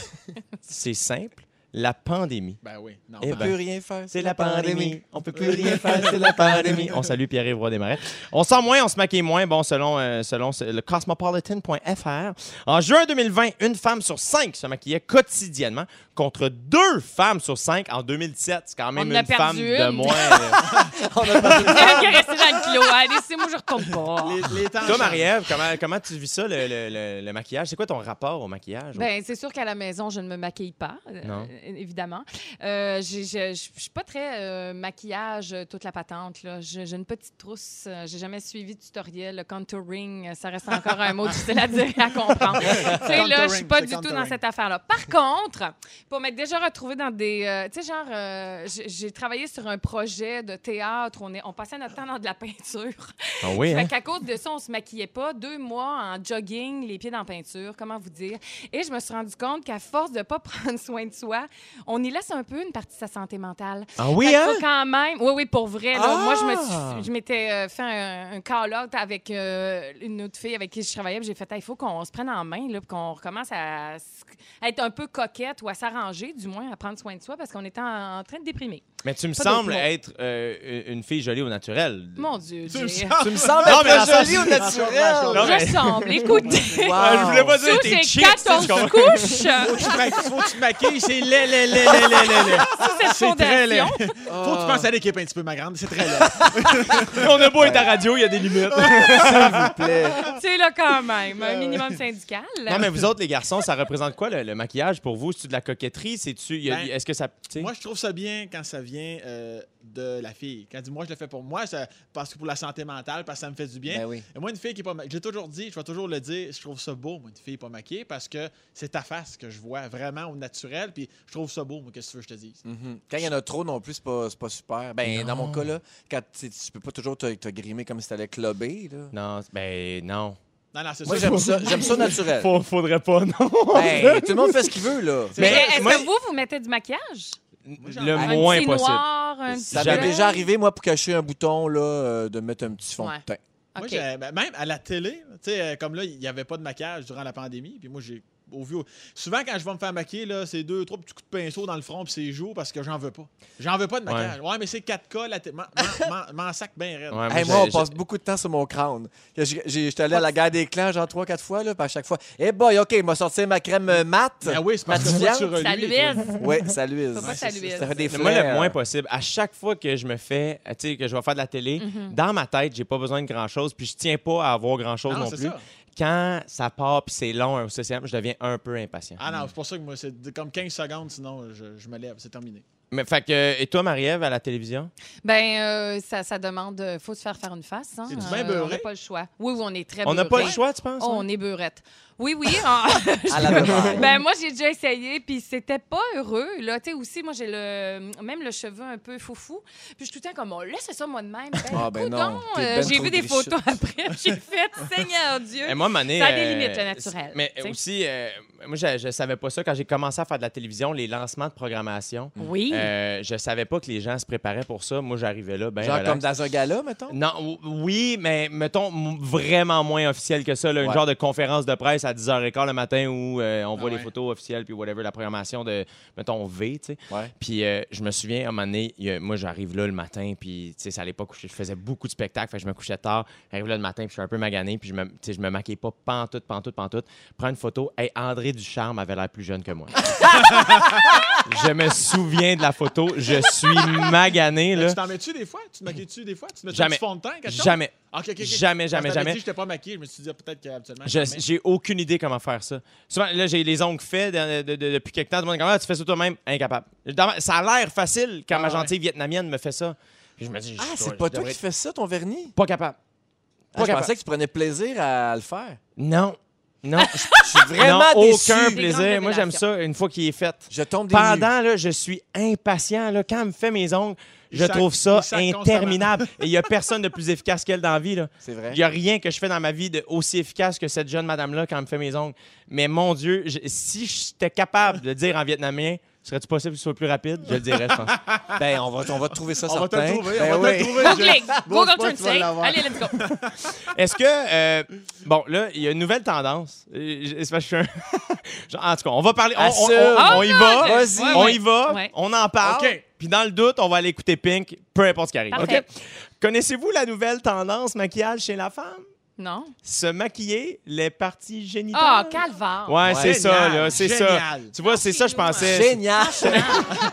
Speaker 2: c'est simple, la pandémie.
Speaker 5: Ben oui. Non,
Speaker 2: Eh
Speaker 5: ben,
Speaker 3: On peut rien faire.
Speaker 2: C'est la pandémie.
Speaker 3: On peut plus rien faire. C'est la pandémie.
Speaker 2: On salue Pierre-Yves Roy Desmarais. On sent moins, on se maquille moins, bon, selon, euh, selon ce- le cosmopolitan.fr. En juin 2020, une femme sur cinq se maquillait quotidiennement contre deux femmes sur cinq en 2007. C'est quand même
Speaker 4: On en a
Speaker 2: une femme
Speaker 4: perdu
Speaker 2: de
Speaker 4: une.
Speaker 2: moins. là.
Speaker 4: Il est resté dans le kilo. Allez, c'est moi, je retourne pas.
Speaker 5: Les, les temps
Speaker 2: Toi,
Speaker 5: changent.
Speaker 2: Marie-Ève, comment, comment tu vis ça, le, le- le- le maquillage? C'est quoi ton rapport au maquillage?
Speaker 4: Ben, c'est sûr qu'à la maison, je ne me maquille pas, euh,
Speaker 2: Non.
Speaker 4: euh, évidemment. Euh, j'ai- j'ai- Je ne suis pas très euh, maquillage, euh, toute la patente. là. J'ai j'ai une petite trousse. euh, J'ai jamais suivi de tutoriel. Le contouring, euh, ça reste encore un mot difficile à dire et à comprendre. tu sais, là, je suis
Speaker 5: Contouring,
Speaker 4: pas
Speaker 5: c'est
Speaker 4: du tout dans
Speaker 5: contouring.
Speaker 4: cette affaire-là. Par contre, pour m'être déjà retrouvée dans des... euh, tu sais, genre, euh, j'ai- j'ai travaillé sur un projet de théâtre. On, est, on passait notre temps dans de la peinture.
Speaker 2: Ah oui,
Speaker 4: Fait qu'à cause de ça, on se maquillait pas. Deux mois en jogging, les pieds dans la peinture, comment vous dire. Et je me suis rendu compte qu'à force de pas prendre soin de soi, on y laisse un peu une partie de sa santé mentale.
Speaker 2: Ah oui,
Speaker 4: Fait qu'il
Speaker 2: hein?
Speaker 4: faut quand même. Oui, oui, pour vrai. là.
Speaker 2: Ah!
Speaker 4: Moi, je me suis- je m'étais euh, fait un, un call-out avec euh, une autre fille avec qui je travaillais. puis J'ai fait, il faut qu'on se prenne en main, là, puis qu'on recommence à, s- à être un peu coquette ou à s'arranger, du moins, à prendre soin de soi parce qu'on était en, en train de déprimer.
Speaker 2: Mais tu me
Speaker 4: Pas
Speaker 2: sembles
Speaker 4: d'autres mots.
Speaker 2: être euh, une fille jolie au naturel.
Speaker 4: Mon Dieu.
Speaker 5: Tu me
Speaker 4: j'ai-
Speaker 5: sens-
Speaker 3: Tu me sembles
Speaker 2: Non, mais dans le
Speaker 3: être
Speaker 2: sens-
Speaker 3: jolie au naturel.
Speaker 2: Non, mais-
Speaker 4: Je semble. Écoutez.
Speaker 3: Wow.
Speaker 2: Ah, je voulais pas dire
Speaker 4: Sous
Speaker 2: que t'es
Speaker 4: ces
Speaker 2: cheap, tu sais, tu
Speaker 4: 14
Speaker 2: comprends?
Speaker 5: Faut
Speaker 4: couches, euh,
Speaker 5: que tu te ma- faut que tu te maquilles, c'est laid, laid, laid, laid, laid, laid, laid.
Speaker 4: sous cette
Speaker 5: C'est très laid.
Speaker 4: fondation,
Speaker 5: Faut que tu penses à l'équipe un petit peu, ma grande. C'est très laid.
Speaker 2: On a beau être à radio, il y a des limites.
Speaker 4: tu sais, là, quand même, un minimum syndical.
Speaker 2: non, mais vous autres, les garçons, ça représente quoi le, le maquillage pour vous? C'est-tu de la coquetterie? C'est-tu. y a-
Speaker 5: Ben,
Speaker 2: Est-ce que ça. tu sais?
Speaker 5: Moi, je trouve ça bien quand ça vient euh, de la fille. Quand elle dit moi, je le fais pour moi, ça, parce que pour la santé mentale, parce que ça me fait du bien.
Speaker 3: Ben oui.
Speaker 5: Et moi, une fille qui est pas maquillée, j'ai toujours dit, je vais toujours le dire, je trouve ça beau, moi, une fille pas maquillée, parce que c'est ta face que je vois vraiment au naturel, puis je trouve ça beau, moi, qu'est-ce que tu veux que je te dise?
Speaker 3: Mhm. Quand il y en a trop non plus, c'est pas, c'est pas super. Ben, dans mon cas, là, quand tu tu peux pas toujours te, te grimer comme si t'allais clubber. Là.
Speaker 2: Non, c'est- ben non.
Speaker 5: Non, non, c'est
Speaker 3: Moi,
Speaker 5: ça.
Speaker 3: j'aime ça, j'aime ça naturel.
Speaker 2: Faut- faudrait pas, non.
Speaker 3: Ben, tout le monde fait ce qu'il veut, là.
Speaker 4: Mais est-ce
Speaker 2: moi-
Speaker 4: que vous, vous mettez du maquillage?
Speaker 2: le
Speaker 4: Un
Speaker 2: moins
Speaker 4: petit
Speaker 2: possible.
Speaker 4: noir, un petit
Speaker 3: Ça m'est
Speaker 2: Jamais.
Speaker 4: bleu?
Speaker 3: déjà arrivé, moi, pour cacher un bouton, là, euh, de mettre un petit fond
Speaker 4: Ouais.
Speaker 3: de teint.
Speaker 5: Moi,
Speaker 4: OK.
Speaker 5: j'ai- ben, même à la télé, tu sais, euh, comme là, il n'y avait pas de maquillage durant la pandémie. Puis moi, j'ai au vu. Souvent, quand je vais me faire maquiller, là, c'est deux, trois petits coups de pinceau dans le front, puis c'est jour parce que j'en veux pas. J'en veux pas de maquillage. Ouais, mais c'est 4K, la télé. M'en- m'en- M'en sac bien raide.
Speaker 2: Ouais,
Speaker 3: Hey,
Speaker 2: j'ai-
Speaker 3: moi, on
Speaker 2: Ah, j'ai-
Speaker 3: passe beaucoup de temps sur mon crâne. Que j'ai- j'ai- J'étais allé à la guerre des clans, genre trois, quatre fois, là, puis à chaque fois. Eh boy, OK, il m'a sorti ma crème euh, mate.
Speaker 2: Ah
Speaker 5: Ben oui, c'est parce que toi,
Speaker 3: Matillante.
Speaker 5: tu reluis,
Speaker 4: Ça
Speaker 5: toi.
Speaker 4: luise.
Speaker 3: Ouais, ça luise.
Speaker 4: Faut pas que ça
Speaker 5: c'est-
Speaker 4: luise.
Speaker 3: Ça fait des
Speaker 2: Mais Moi, le
Speaker 3: fleurs.
Speaker 2: moins possible. À chaque fois que je me fais, euh, tu sais, que je vais faire de la télé,
Speaker 4: Mhm.
Speaker 2: dans ma tête, j'ai pas besoin de grand-chose, puis je tiens pas à avoir grand-chose
Speaker 5: Non,
Speaker 2: non
Speaker 5: c'est
Speaker 2: plus.
Speaker 5: ça.
Speaker 2: Quand ça part, puis c'est long, un CCM, je deviens un peu impatient.
Speaker 5: Ah non, c'est pour ça que moi, c'est de- comme 15 secondes, sinon je, je me lève, c'est terminé.
Speaker 2: Mais fait que, et toi, Marie-Ève, à la télévision?
Speaker 4: Ben, euh, ça, ça demande... euh, faut se faire faire une face. Hein?
Speaker 5: C'est du bien
Speaker 4: Euh, On
Speaker 5: beurré.
Speaker 4: n'a pas le choix. Oui, oui, on est très
Speaker 2: On n'a pas
Speaker 4: beurré.
Speaker 2: le choix, tu penses? hein?
Speaker 4: Oh,
Speaker 2: ouais?
Speaker 4: on est beurette. Oui, oui. ah,
Speaker 3: À la demande.
Speaker 4: ben moi, j'ai déjà essayé, puis c'était pas heureux. Là, tu sais, aussi, moi, j'ai le même le cheveu un peu foufou. Puis je suis tout le temps comme, oh, laisse ça moi de même. Ben,
Speaker 3: Ah, ben
Speaker 4: coudonc,
Speaker 3: non, t'es
Speaker 4: euh,
Speaker 3: ben
Speaker 4: j'ai
Speaker 3: trop
Speaker 4: vu des
Speaker 3: grichotte.
Speaker 4: photos après, puis j'ai fait, Seigneur Dieu.
Speaker 2: Et moi, Mané, euh,
Speaker 4: Ça a des limites, le naturel,
Speaker 2: Mais
Speaker 4: tu sais.
Speaker 2: aussi, euh, moi, je, je savais pas ça. Quand j'ai commencé à faire de la télévision, les lancements de programmation,
Speaker 4: Oui.
Speaker 2: euh, je savais pas que les gens se préparaient pour ça. Moi, j'arrivais là, ben
Speaker 3: Genre
Speaker 2: relax.
Speaker 3: comme dans un gala, mettons.
Speaker 2: Non, ou- oui, mais mettons m- vraiment moins officiel que ça. Là, Une
Speaker 3: Ouais.
Speaker 2: genre de conférence de presse à 10h15 le matin où euh, on voit
Speaker 5: Ah
Speaker 2: les
Speaker 5: ouais.
Speaker 2: photos officielles puis whatever, la programmation de, mettons, V, tu sais.
Speaker 3: Ouais.
Speaker 2: Puis euh, je me souviens, à un moment donné, il y a- moi, j'arrive là le matin, puis tu sais, ça allait pas coucher. Je faisais beaucoup de spectacles, fait que je me couchais tard. J'arrive là le matin, puis je suis un peu magané, puis je me, tu sais, je me maquillais pas pantoute, pantoute, pantoute. Prends une photo. Hey, André Ducharme avait l'air plus jeune que moi. je me souviens de la photo. Je suis magané,
Speaker 5: Mais
Speaker 2: là.
Speaker 5: Tu t'en mets-tu des fois? Tu te maquilles-tu des fois? Tu te mets
Speaker 2: Jamais.
Speaker 5: du fond de teint? quelque chose?
Speaker 2: Jamais.
Speaker 5: Ah, ok, ok, ok.
Speaker 2: Jamais, jamais,
Speaker 5: Quand je t'avais
Speaker 2: jamais.
Speaker 5: dit que j'étais pas maquillé, je me suis dit ah, peut-être qu'habituellement.
Speaker 2: Je-
Speaker 5: je t'en mets.
Speaker 2: J'ai aucune idée comment faire ça. Souvent, là, j'ai les ongles faits de- de- de- depuis quelque temps. Tout le monde est comme, Ah, tu fais ça toi-même? Incapable. Dans- ça a l'air facile quand ma
Speaker 5: ouais.
Speaker 2: gentille vietnamienne me fait ça. Puis je me dis,
Speaker 3: Ah,
Speaker 2: je-
Speaker 3: c'est
Speaker 2: je
Speaker 3: pas toi
Speaker 2: devrais-
Speaker 3: qui fais ça, ton vernis?
Speaker 2: Pas capable.
Speaker 3: Ah, je
Speaker 2: capable.
Speaker 3: pensais que tu prenais plaisir à le faire.
Speaker 2: Non. Non, je- je suis
Speaker 3: vraiment
Speaker 2: non,
Speaker 3: déçu.
Speaker 2: aucun
Speaker 4: Des
Speaker 2: plaisir.
Speaker 4: grandes
Speaker 2: Moi, j'aime
Speaker 4: révélations.
Speaker 2: ça une fois qu'il est fait.
Speaker 3: Je tombe des nues.
Speaker 2: Pendant, là, je suis impatient. Là. Quand elle me fait mes ongles,
Speaker 5: Il
Speaker 2: je
Speaker 5: sent-
Speaker 2: trouve ça
Speaker 5: il sent
Speaker 2: interminable. Et il n'y a personne de plus efficace qu'elle dans la vie. Là.
Speaker 3: C'est vrai.
Speaker 2: Il n'y a rien que je fais dans ma vie de aussi efficace que cette jeune madame-là quand elle me fait mes ongles. Mais mon Dieu, je- si j'étais capable de dire en vietnamien, serais-tu possible que ce soit plus rapide? Je le dirais, je pense.
Speaker 3: Ben, on va, on va te trouver ça
Speaker 5: On va te
Speaker 3: certain.
Speaker 5: le trouver,
Speaker 3: Ben
Speaker 5: on va te
Speaker 3: oui.
Speaker 5: le trouver.
Speaker 4: Google,
Speaker 5: Je- Bon,
Speaker 4: Google
Speaker 5: je pense que tu
Speaker 4: Translate.
Speaker 5: vas l'avoir.
Speaker 4: Allez, let's go.
Speaker 2: Est-ce que. euh, bon, là, il y a une nouvelle tendance. Euh, je- c'est parce que je suis un- Genre, en tout cas, on va parler. On, on- on-
Speaker 3: Assume.
Speaker 2: on y va.
Speaker 3: Vas-y.
Speaker 2: on
Speaker 4: Ah, Ouais,
Speaker 2: y va.
Speaker 4: ouais.
Speaker 2: On en parle.
Speaker 5: OK.
Speaker 2: Puis dans le doute, on va aller écouter Pink, peu importe ce qui arrive.
Speaker 4: Parfait.
Speaker 2: OK? Connaissez-vous la nouvelle tendance maquillage chez la femme?
Speaker 4: Non?
Speaker 2: Se maquiller les parties génitales.
Speaker 4: Ah, calvaire!
Speaker 2: Ouais, c'est ça,
Speaker 5: Génial,
Speaker 2: là, c'est ça.
Speaker 5: génial.
Speaker 2: Tu vois, c'est ça, je pensais.
Speaker 3: Génial!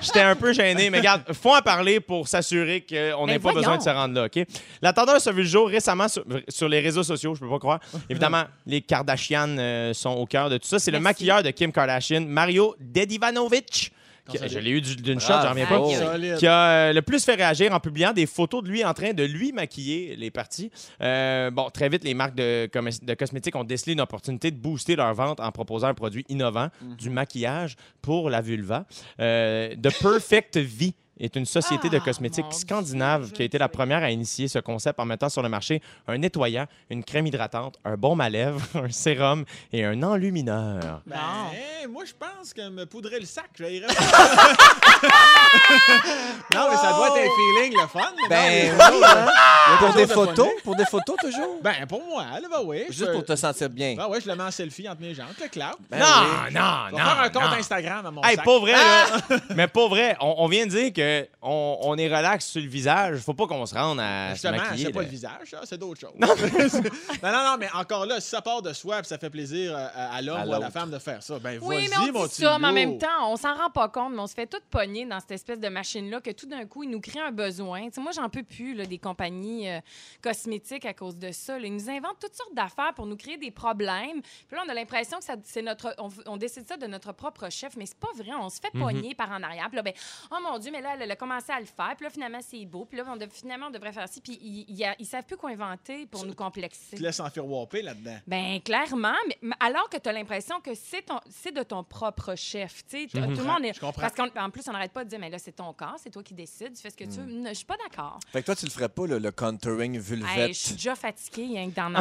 Speaker 2: J'étais un peu gêné, mais regarde, faut en parler pour s'assurer qu'on
Speaker 4: Mais
Speaker 2: n'ait pas
Speaker 4: Ben voyons.
Speaker 2: besoin de se rendre là, OK? La tendance a vu le jour récemment sur, sur les réseaux sociaux, je peux pas croire. Évidemment, les Kardashian euh, sont au cœur de tout ça. C'est le
Speaker 4: Merci.
Speaker 2: maquilleur de Kim Kardashian, Mario Dedivanovic. qui-
Speaker 5: Consolé.
Speaker 2: Je l'ai eu du- d'une shot, j'en reviens pas.
Speaker 4: Bravo.
Speaker 5: Solide.
Speaker 2: Qui a euh, le plus fait réagir en publiant des photos de lui en train de lui maquiller les parties. Euh, bon, très vite, les marques de, com- de cosmétiques ont décelé une opportunité de booster leur vente en proposant un produit innovant,
Speaker 4: Mhm.
Speaker 2: du maquillage pour la vulva. Euh, The Perfect V est une société de
Speaker 4: Ah,
Speaker 2: cosmétiques
Speaker 4: mon Dieu,
Speaker 2: scandinave
Speaker 4: je
Speaker 2: qui a été la
Speaker 4: sais.
Speaker 2: première à initier ce concept en mettant sur le marché un nettoyant, une crème hydratante, un baume à lèvres, un sérum et un enlumineur.
Speaker 5: Ben,
Speaker 4: Non.
Speaker 5: hey, moi, je pense qu'elle me poudrait le sac. Je vais y rester. non, mais ça doit être
Speaker 2: Oh!
Speaker 5: un feeling, le fun. mais
Speaker 3: Ben
Speaker 5: non,
Speaker 3: oui, hein?
Speaker 5: il y a
Speaker 3: Pour des
Speaker 5: quelque chose de fun.
Speaker 3: photos? Pour des photos, toujours?
Speaker 5: Ben, pour moi, là, ben oui.
Speaker 3: Juste
Speaker 5: je-
Speaker 3: pour te sentir bien.
Speaker 5: Ben ouais, je le mets en selfie entre mes jambes, le cloud.
Speaker 3: Ben
Speaker 2: Ah, non,
Speaker 3: oui.
Speaker 2: non,
Speaker 5: Je
Speaker 2: non,
Speaker 5: vais Ah, faire un compte
Speaker 2: non.
Speaker 5: Instagram à mon
Speaker 2: Hey,
Speaker 5: sac. Ah!
Speaker 2: pas vrai, là. Mais pas vrai. On, on vient de dire que on, on est relax sur le visage. Faut pas qu'on se rende à se
Speaker 5: Justement,
Speaker 2: maquiller.
Speaker 5: c'est pas
Speaker 2: là.
Speaker 5: le visage, ça, c'est d'autres choses. Non. non, non, mais encore là, si ça part de soi et ça fait plaisir euh, à, à
Speaker 3: À
Speaker 5: l'homme ou à la
Speaker 3: l'autre.
Speaker 5: femme de faire ça, ben
Speaker 4: Oui, mais
Speaker 5: vas-y,
Speaker 4: on
Speaker 5: mon
Speaker 4: dit ça, mais en
Speaker 5: tuyau.
Speaker 4: même temps, on s'en rend pas compte, mais on se fait tout pogner dans cette espèce de machine-là que tout d'un coup, il nous crée un besoin. Tu sais, moi, j'en peux plus là, des compagnies euh, cosmétiques à cause de ça. là. Ils nous inventent toutes sortes d'affaires pour nous créer des problèmes. Puis là, on a l'impression que ça- c'est notre, on, on décide ça de notre propre chef, mais c'est pas vrai. On se fait
Speaker 5: Mhm.
Speaker 4: pogner par en arrière. Puis là, ben, oh mon Dieu, mais là, elle, elle a commencé à le faire. Puis là, finalement, c'est beau. Puis là, on de- finalement, on devrait faire ci. Puis ils, ils, ils savent plus quoi inventer pour nous complexer.
Speaker 5: Tu te laisses enfiroiper là-dedans.
Speaker 4: Ben clairement, mais mais alors que tu as l'impression que c'est ton c'est de ton propre chef, tu sais, t- tout le monde est
Speaker 5: Je comprends.
Speaker 4: parce qu'en en plus on n'arrête pas de dire mais là c'est ton corps, c'est toi qui décides, tu fais ce que tu veux. Non, Je suis pas d'accord.
Speaker 3: Fait que toi, tu le ferais pas, le, le contouring vulvette.
Speaker 4: Hey, je suis déjà fatiguée rien que d'en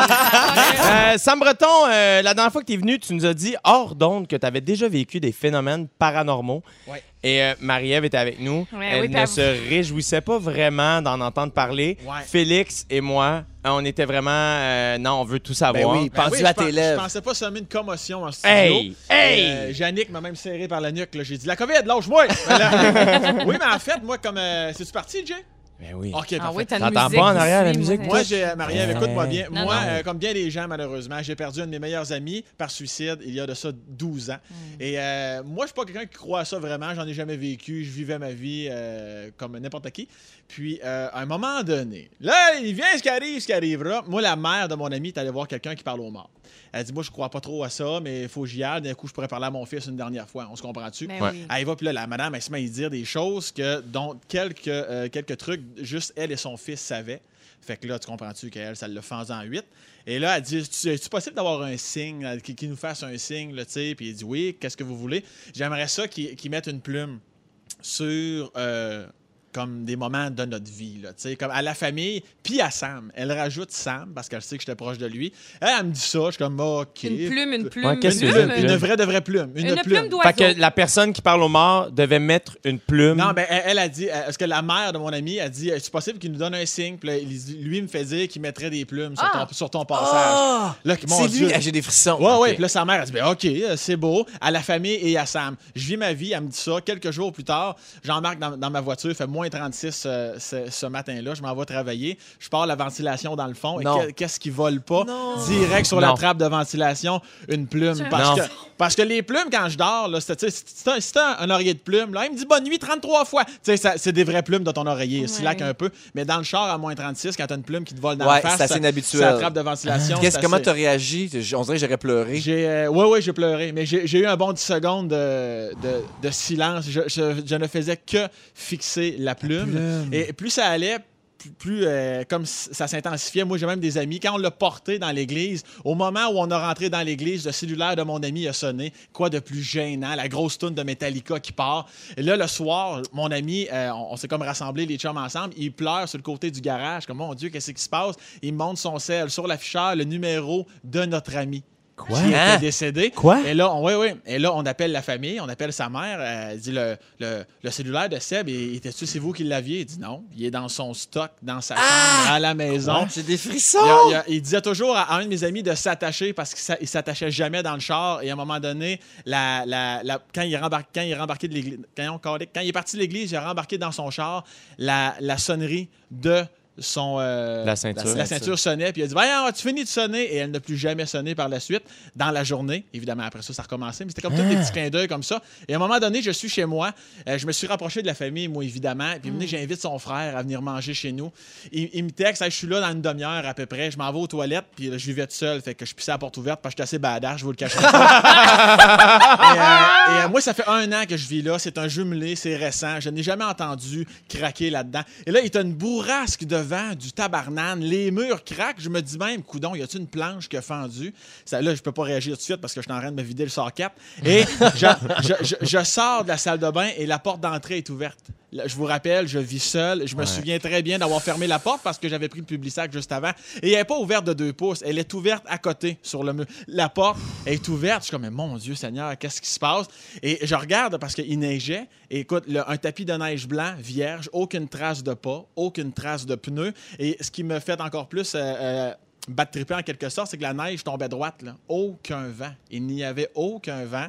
Speaker 4: entendre.
Speaker 2: Euh, Sam Breton, euh, la dernière fois que tu es venu, tu nous as dit hors d'onde que tu avais déjà vécu des phénomènes paranormaux.
Speaker 5: Ouais.
Speaker 2: Et euh, Marie-Ève était avec nous.
Speaker 4: Ouais,
Speaker 2: Elle
Speaker 4: oui,
Speaker 2: ne
Speaker 4: puis
Speaker 2: se réjouissait pas vraiment d'en entendre parler.
Speaker 5: Ouais.
Speaker 2: Félix et moi, hein, on était vraiment. euh, non, on veut tout savoir.
Speaker 3: oui,
Speaker 5: Ben
Speaker 3: pendu
Speaker 5: oui,
Speaker 3: à
Speaker 5: je
Speaker 3: Ah, tes
Speaker 5: pen-
Speaker 3: lèvres.
Speaker 5: Je pensais pas semer une commotion en studio.
Speaker 2: Hey! Hey!
Speaker 5: Euh, Yannick m'a même serré par la nuque. là. J'ai dit, la COVID, lâche-moi! Ben là- oui, mais en fait, moi, comme... euh, C'est-tu parti, Jay?
Speaker 2: Ben oui.
Speaker 5: OK,
Speaker 4: ah
Speaker 5: parfait.
Speaker 4: oui, t'as une
Speaker 2: T'entends
Speaker 4: musique.
Speaker 2: pas en arrière, la
Speaker 4: ici,
Speaker 2: musique,
Speaker 4: moi,
Speaker 5: Moi,
Speaker 4: j'ai-
Speaker 5: j'ai Marie,
Speaker 2: Ouais.
Speaker 5: écoute-moi bien.
Speaker 4: Non,
Speaker 5: moi,
Speaker 4: non.
Speaker 5: euh, comme bien des gens, malheureusement, j'ai perdu un de mes meilleurs amis par suicide il y a de ça 12
Speaker 4: Mm.
Speaker 5: ans. Et euh, moi, je suis pas quelqu'un qui croit à ça vraiment. J'en ai jamais vécu. Je vivais ma vie euh, comme n'importe qui. Puis, euh, à un moment donné, là, il vient ce qui arrive, ce qui arrivera. Moi, la mère de mon ami est allée voir quelqu'un qui parle aux morts. Elle dit Moi, je crois pas trop à ça, mais il faut que j'y aille. D'un coup, je pourrais parler à mon fils une dernière fois. On se comprend-tu
Speaker 4: Ben
Speaker 2: Ouais.
Speaker 4: oui.
Speaker 5: elle y va, puis là, la madame, elle se met à y dire des choses que, dont quelques, euh, quelques trucs, juste elle et son fils savaient. Fait que là, tu comprends-tu qu'elle, ça le fait en huit. Et là, elle dit Tu- Est-ce possible d'avoir un signe, là, qui, qui nous fasse un signe, là, tu sais Puis il dit Oui, qu'est-ce que vous voulez J'aimerais ça qu'ils qu'ils mettent une plume sur. euh, comme des moments de notre vie, là, tu sais, comme à la famille, puis à Sam. Elle rajoute Sam parce qu'elle sait que j'étais proche de lui. Elle, elle me dit ça, je suis comme, OK.
Speaker 4: une plume, une plume,
Speaker 2: Ouais, qu'est-ce
Speaker 4: une
Speaker 2: que
Speaker 4: plume.
Speaker 2: c'est,
Speaker 5: Une
Speaker 2: plume?
Speaker 5: vraie de vraie plume. Une,
Speaker 4: Une plume d'oiseau.
Speaker 2: Fait que la personne qui parle aux morts devait mettre une plume.
Speaker 5: Ah, Non, ben- mais elle, elle a dit, euh, est-ce que la mère de mon ami a dit, est-ce possible qu'il nous donne un signe? Puis là, il dit- lui, il me fait dire qu'il mettrait des plumes sur,
Speaker 4: Ah!
Speaker 5: ton, sur ton passage.
Speaker 3: Ah!
Speaker 5: Là, mon
Speaker 3: c'est
Speaker 5: Dieu.
Speaker 3: lui, Ah, j'ai des frissons.
Speaker 5: Ouais, ouais.
Speaker 3: Ok.
Speaker 5: Puis là, sa mère, elle dit, ben, OK, euh, c'est beau. À la famille et à Sam. Je vis ma vie, elle me dit ça. Quelques jours plus tard, j'embarque dans, dans ma voiture, il fait moins 36 euh, ce, ce matin-là. Je m'en vais travailler. Je pars la ventilation dans le fond. Et
Speaker 3: Non.
Speaker 5: que- qu'est-ce qui vole pas?
Speaker 3: Non.
Speaker 5: Direct sur la
Speaker 2: Non.
Speaker 5: trappe de ventilation, une plume.
Speaker 4: Non.
Speaker 5: Parce que, parce que les plumes, quand je dors, là, c'est- tu sais, si c'est un, si c'est un- un oreiller de plume, là, il me dit bonne nuit 33 fois. Tu sais, ça- c'est des vraies plumes dans ton oreiller.
Speaker 4: Ouais.
Speaker 5: C'est là qu'un peu. Mais dans le char, à moins 36, quand t'as une plume qui te vole dans
Speaker 3: Ouais,
Speaker 5: la face,
Speaker 3: c'est assez
Speaker 5: ça-
Speaker 3: inhabituel.
Speaker 5: ça attrape de ventilation.
Speaker 3: Qu'est-ce,
Speaker 5: c'est
Speaker 3: comment
Speaker 5: assez-
Speaker 3: t'as réagi? J'ai- On dirait que j'aurais pleuré.
Speaker 5: j'ai, euh, ouais, ouais, j'ai pleuré, mais j'ai j'ai eu un bon 10 secondes de, de- de silence. Je, je- je ne faisais que fixer la plume. Et plus ça allait, plus, plus, euh, comme s- ça s'intensifiait. Moi, j'ai même des amis. Quand on l'a porté dans l'église, au moment où on a rentré dans l'église, le cellulaire de mon ami a sonné. Quoi de plus gênant? La grosse toune de Metallica qui part. Et là, le soir, mon ami, euh, on, on s'est comme rassemblés, les chums ensemble. Il pleure sur le côté du garage. Comme, mon Dieu, qu'est-ce qui se passe? Il monte son sel sur l'afficheur, le numéro de notre ami
Speaker 2: Quoi?
Speaker 5: qui
Speaker 3: Hein?
Speaker 5: était décédé.
Speaker 2: Quoi?
Speaker 5: Et là, on, oui, oui. Et là, on appelle la famille, on appelle sa mère. euh, Elle dit le, le, le cellulaire de Seb, il- il était-tu, c'est vous qui l'aviez? Il dit non. Il est dans son stock, dans sa
Speaker 2: Ah!
Speaker 5: chambre, à la maison.
Speaker 3: J'ai des
Speaker 5: Il,
Speaker 3: frissons!
Speaker 5: a- il a- il disait toujours à, à un de mes amis de s'attacher parce qu'il s'a- il s'attachait jamais dans le char. Et à un moment donné, la, la- la- quand, il est rembar- quand il est rembarqué de l'église, quand, on- quand il est parti de l'église, il a rembarqué dans son char la, la sonnerie de son, euh,
Speaker 2: La ceinture.
Speaker 5: la ceinture sonnait, puis il a dit Voyons, tu finis de sonner Et elle n'a plus jamais sonné par la suite, dans la journée. Évidemment, après ça, ça a recommencé, mais c'était comme tous des petits clins d'œil comme ça. Et à un moment donné, je suis chez moi, euh, je me suis rapproché de la famille, moi, évidemment, puis venez, j'invite son frère à venir manger chez nous. Il, il me texte Hey, Je suis là dans une demi-heure à peu près, je m'en vais aux toilettes, puis là, je vivais tout seul, fait que je pissais à la porte ouverte, parce que j'étais assez badass, je vous le cache pas. Et, euh, et, euh, moi, ça fait un an que je vis là. C'est un jumelé, c'est récent. Je n'ai jamais entendu craquer là-dedans. Et là, il y a une bourrasque de vent, du tabarnane. Les murs craquent. Je me dis même, coudon, y a-t-il une planche qui a fendu? Ça, là, je peux pas réagir tout de suite parce que je suis en train de me vider le sort cap. Et je, je- je- je sors de la salle de bain et la porte d'entrée est ouverte. Là, Je vous rappelle, je vis seul. Je me souviens très bien d'avoir fermé la porte parce que j'avais pris le public sac juste avant. Et elle n'est pas ouverte de deux pouces. Elle est ouverte à côté sur le mur. La porte est ouverte. Je suis comme, mais mon Dieu Seigneur, qu'est-ce qui se passe? Et je regarde parce qu'il neigeait. Et écoute, le- un tapis de neige blanc, vierge, aucune trace de pas, aucune trace de pneus. Et ce qui me fait encore plus. euh, euh, battre triper en quelque sorte, c'est que la neige tombait droite. Là. Aucun vent. Il n'y avait aucun vent.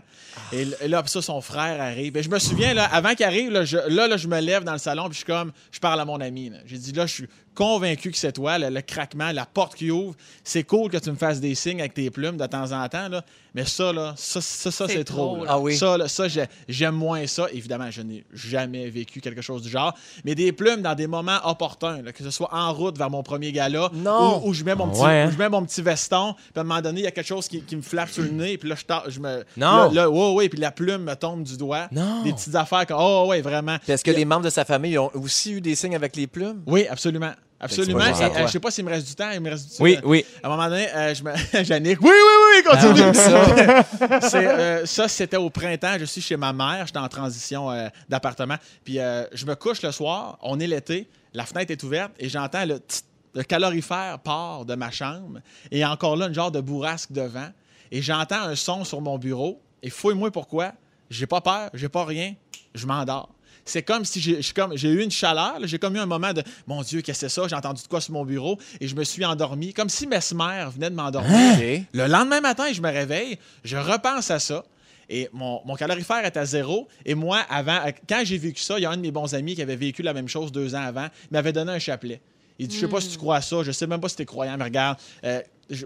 Speaker 5: Et l- et là, puis ça, son frère arrive. Et je me souviens, là, avant qu'il arrive, là, je, là, là, je me lève dans le salon, puis je suis comme, je parle à mon ami. là. J'ai dit, là, je suis convaincu que c'est toi, le, le craquement, la porte qui ouvre. C'est cool que tu me fasses des signes avec tes plumes de temps en temps, là. mais ça, là, ça, ça, ça,
Speaker 4: C'est
Speaker 5: c'est trop.
Speaker 4: trop,
Speaker 5: là.
Speaker 4: là.
Speaker 3: Ah oui.
Speaker 5: Ça, là, ça, j'ai- j'aime moins ça. Évidemment, je n'ai jamais vécu quelque chose du genre. Mais des plumes dans des moments opportuns, là, que ce soit en route vers mon premier gala,
Speaker 3: Non.
Speaker 5: où, où je mets mon petit,
Speaker 2: Ouais, hein?
Speaker 5: où je mets mon petit veston, puis à un moment donné, il y a quelque chose qui, qui me flappe sur le nez, puis là, je, tar- je me.
Speaker 2: Non.
Speaker 5: Là, là, ouais, ouais, puis la plume me tombe du doigt.
Speaker 2: Non.
Speaker 5: Des petites affaires comme. Oh, ouais, vraiment.
Speaker 3: Puis Est-ce que les membres de sa famille ont aussi eu des signes avec les plumes?
Speaker 5: Oui, absolument. Absolument.
Speaker 3: Fait que c'est pas juste
Speaker 5: Et,
Speaker 3: à
Speaker 5: euh,
Speaker 3: toi.
Speaker 5: je sais pas s'il me reste du temps. Il me reste du temps.
Speaker 2: Oui, oui. Ah,
Speaker 5: À un moment donné, euh, je me... Yannick, oui, oui, oui, continue. C'est, euh, ça, c'était au printemps. Je suis chez ma mère. J'étais en transition euh, d'appartement. Puis euh, je me couche le soir. On est l'été. La fenêtre est ouverte et j'entends le, tss- le calorifère part de ma chambre. Et encore là, une genre de bourrasque de vent. Et j'entends un son sur mon bureau. Et fouille-moi pourquoi. J'ai pas peur. J'ai pas rien. Je m'endors. C'est comme si j'ai j'ai comme- j'ai eu une chaleur, là. j'ai comme eu un moment de mon Dieu, qu'est-ce que c'est ça? J'ai entendu de quoi sur mon bureau et je me suis endormi, comme si Mesmer venait de m'endormir. Le lendemain matin, je me réveille, je repense à ça. Et mon, mon calorifère est à zéro. Et moi, avant, euh, quand j'ai vécu ça, il y a un de mes bons amis qui avait vécu la même chose deux ans avant. Il m'avait donné un chapelet. Il dit Je sais pas si tu crois à ça, je sais même pas si tu es croyant, mais regarde, euh, je-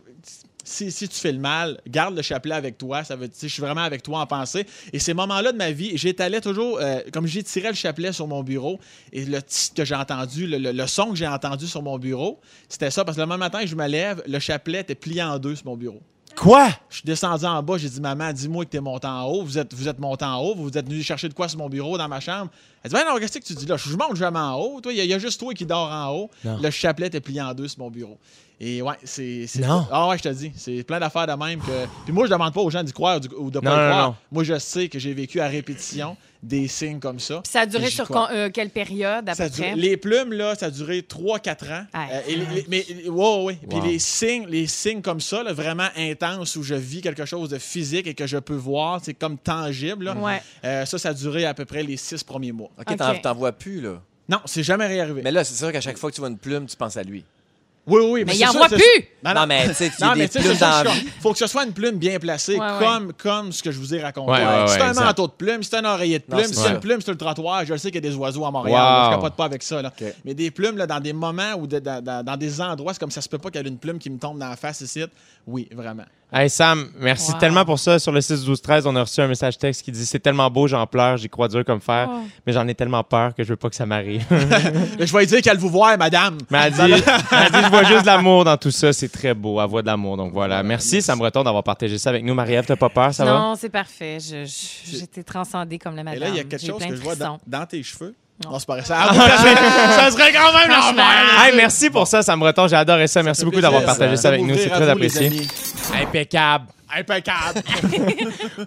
Speaker 5: si, si tu fais le mal, garde le chapelet avec toi. Ça veut dire, je suis vraiment avec toi en pensée. Et ces moments-là de ma vie, j'étalais toujours, euh, comme j'étirais le chapelet sur mon bureau, et le titre que j'ai entendu, le, le- le son que j'ai entendu sur mon bureau, c'était ça, parce que le même matin que je me lève, le chapelet était plié en deux sur mon bureau.
Speaker 2: Quoi?
Speaker 5: Je suis descendu en bas, j'ai dit Maman, dis-moi que t'es monté en haut, vous êtes, vous êtes monté en haut, vous êtes venu chercher de quoi sur mon bureau, dans ma chambre. Elle dit Ben non, qu'est-ce que tu dis là Je monte jamais en haut, toi, il y, a- il y a juste toi qui dors en haut.
Speaker 2: Non.
Speaker 5: Le chapelet est plié en deux sur mon bureau. Et ouais, c'est. c'est-
Speaker 2: Non.
Speaker 5: Ah ouais, je te dis, c'est plein d'affaires de même que. Puis moi, je demande pas aux gens d'y croire ou du- ou de pas
Speaker 2: Non,
Speaker 5: y
Speaker 2: non,
Speaker 5: croire.
Speaker 2: non.
Speaker 5: Moi, je sais que j'ai vécu à répétition des signes comme ça.
Speaker 4: Puis ça a duré
Speaker 5: J'y
Speaker 4: sur
Speaker 5: crois.
Speaker 4: con- euh, quelle période
Speaker 5: Ça a
Speaker 4: après?
Speaker 5: duré- les plumes, là, ça a duré 3-4 ans.
Speaker 4: Aïe.
Speaker 5: Euh, et les-
Speaker 3: Ah,
Speaker 5: les- mais, ouais, ouais, ouais. Puis
Speaker 2: Wow.
Speaker 5: les signes, les signes comme ça, là, vraiment intenses, où je vis quelque chose de physique et que je peux voir, c'est comme tangible. là.
Speaker 4: Ouais.
Speaker 5: Euh, ça, ça a duré à peu près les 6 premiers mois.
Speaker 3: OK, t'en-
Speaker 4: Ok.
Speaker 3: t'en vois plus, là.
Speaker 5: Non, c'est jamais réarrivé.
Speaker 3: Mais là, c'est sûr qu'à chaque fois que tu vois une plume, tu penses à lui.
Speaker 5: oui, oui, oui.
Speaker 4: Mais
Speaker 5: c'est
Speaker 4: il en
Speaker 5: ça,
Speaker 4: voit
Speaker 5: c'est-
Speaker 4: plus!
Speaker 3: Non, mais tu sais, qu'il y
Speaker 5: Ah Non,
Speaker 3: a
Speaker 5: mais
Speaker 3: des
Speaker 5: tu sais,
Speaker 3: plumes
Speaker 5: c'est ça,
Speaker 3: dans
Speaker 5: je
Speaker 3: la
Speaker 5: suis
Speaker 3: vie.
Speaker 5: comme- faut que ce soit une plume bien placée,
Speaker 4: Ouais, ouais.
Speaker 5: Comme, comme ce que je vous ai raconté.
Speaker 2: Ouais, ouais,
Speaker 5: c'est
Speaker 2: ouais,
Speaker 5: un
Speaker 2: exact.
Speaker 5: manteau de plume, c'est un oreiller de
Speaker 3: Non,
Speaker 5: plume,
Speaker 3: c'est
Speaker 5: c'est
Speaker 2: ça.
Speaker 5: une plume, c'est le trottoir. Je le sais qu'il y a des oiseaux à Montréal.
Speaker 2: Wow.
Speaker 5: là, je capote pas avec ça. là.
Speaker 3: OK.
Speaker 5: Mais des plumes là, dans des moments ou de- dans, dans- dans des endroits, c'est comme ça se peut pas qu'il y ait une plume qui me tombe dans la face ici. Oui, vraiment.
Speaker 2: Hey Sam, merci
Speaker 4: Wow.
Speaker 2: tellement pour ça. Sur le 6-12-13, on a reçu un message texte qui dit C'est tellement beau, j'en pleure, j'y crois dur comme fer,
Speaker 4: Oh.
Speaker 2: mais j'en ai tellement peur que je veux pas que ça m'arrive.
Speaker 5: Là, je vais lui dire qu'elle vous voit, madame.
Speaker 2: mais elle dit, elle dit Je vois juste de l'amour dans tout ça, c'est très beau, elle voit de l'amour. Donc voilà, merci Sam Breton d'avoir partagé ça avec nous. Marie-Ève, t'as pas peur, ça va
Speaker 4: non, c'est parfait. Je- je- J'étais transcendée comme la
Speaker 5: Et
Speaker 4: madame.
Speaker 5: là, il y a quelque
Speaker 4: J'ai
Speaker 5: chose
Speaker 4: plein
Speaker 5: que
Speaker 4: de
Speaker 5: je vois dans,
Speaker 4: frissons.
Speaker 5: dans tes cheveux.
Speaker 4: Non.
Speaker 5: Non, c'est pas vrai. Ça, ça serait quand même
Speaker 4: Franchement.
Speaker 5: normal.
Speaker 2: Hey, merci pour ça, Sam Breton, j'ai adoré ça. Merci beaucoup d'avoir partagé ça avec nous, c'est très apprécié. Impeccable.
Speaker 5: Impeccable.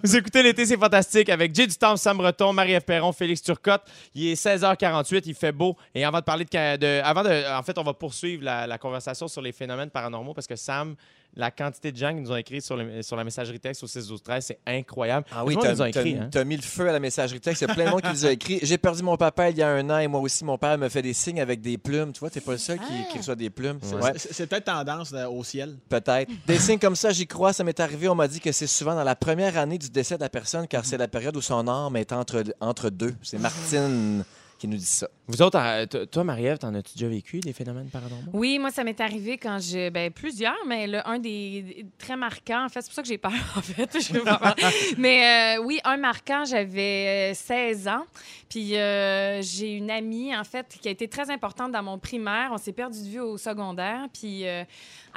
Speaker 2: Vous écoutez l'été, c'est fantastique avec Jay Dutemps, Sam Breton, Marie-Ève Perron, Félix Turcotte. Il est 16h48, il fait beau. Et avant de parler de. ca- de- avant de en fait, on va poursuivre la, la conversation sur les phénomènes paranormaux parce que Sam, la quantité de gens qui nous ont écrit sur, le- sur la messagerie texte au 6 12 13 c'est incroyable.
Speaker 3: Ah oui,
Speaker 2: Tout le monde nous a
Speaker 3: t'as
Speaker 2: écrit.
Speaker 3: t'as-
Speaker 2: hein.
Speaker 3: t'as mis le feu à la messagerie texte. Il y a plein de monde qui nous a écrit. J'ai perdu mon papa il y a un an et moi aussi, mon père me fait des signes avec des plumes. Tu vois, t'es pas le seul qui, qui reçoit des plumes. Ouais,
Speaker 5: C'est- C'est peut-être tendance euh, au ciel.
Speaker 3: peut-être. Des signes comme ça, j'y crois. Ça m'est arrivé. On m'a dit que c'est souvent dans la première année du décès de la personne car c'est la période où son âme est entre, entre deux. C'est Martine qui nous dit ça.
Speaker 2: Vous autres, euh, t- toi, Marie-Ève, t'en as-tu déjà vécu des phénomènes paranormaux?
Speaker 4: Oui, moi, ça m'est arrivé quand j'ai. Ben, plusieurs, mais le, un des très marquants, en fait, c'est pour ça que j'ai peur, en fait. Je veux pas peur. mais euh, oui, un marquant, j'avais euh, 16 ans. Puis euh, j'ai une amie, en fait, qui a été très importante dans mon primaire. On s'est perdu de vue au secondaire. Puis euh,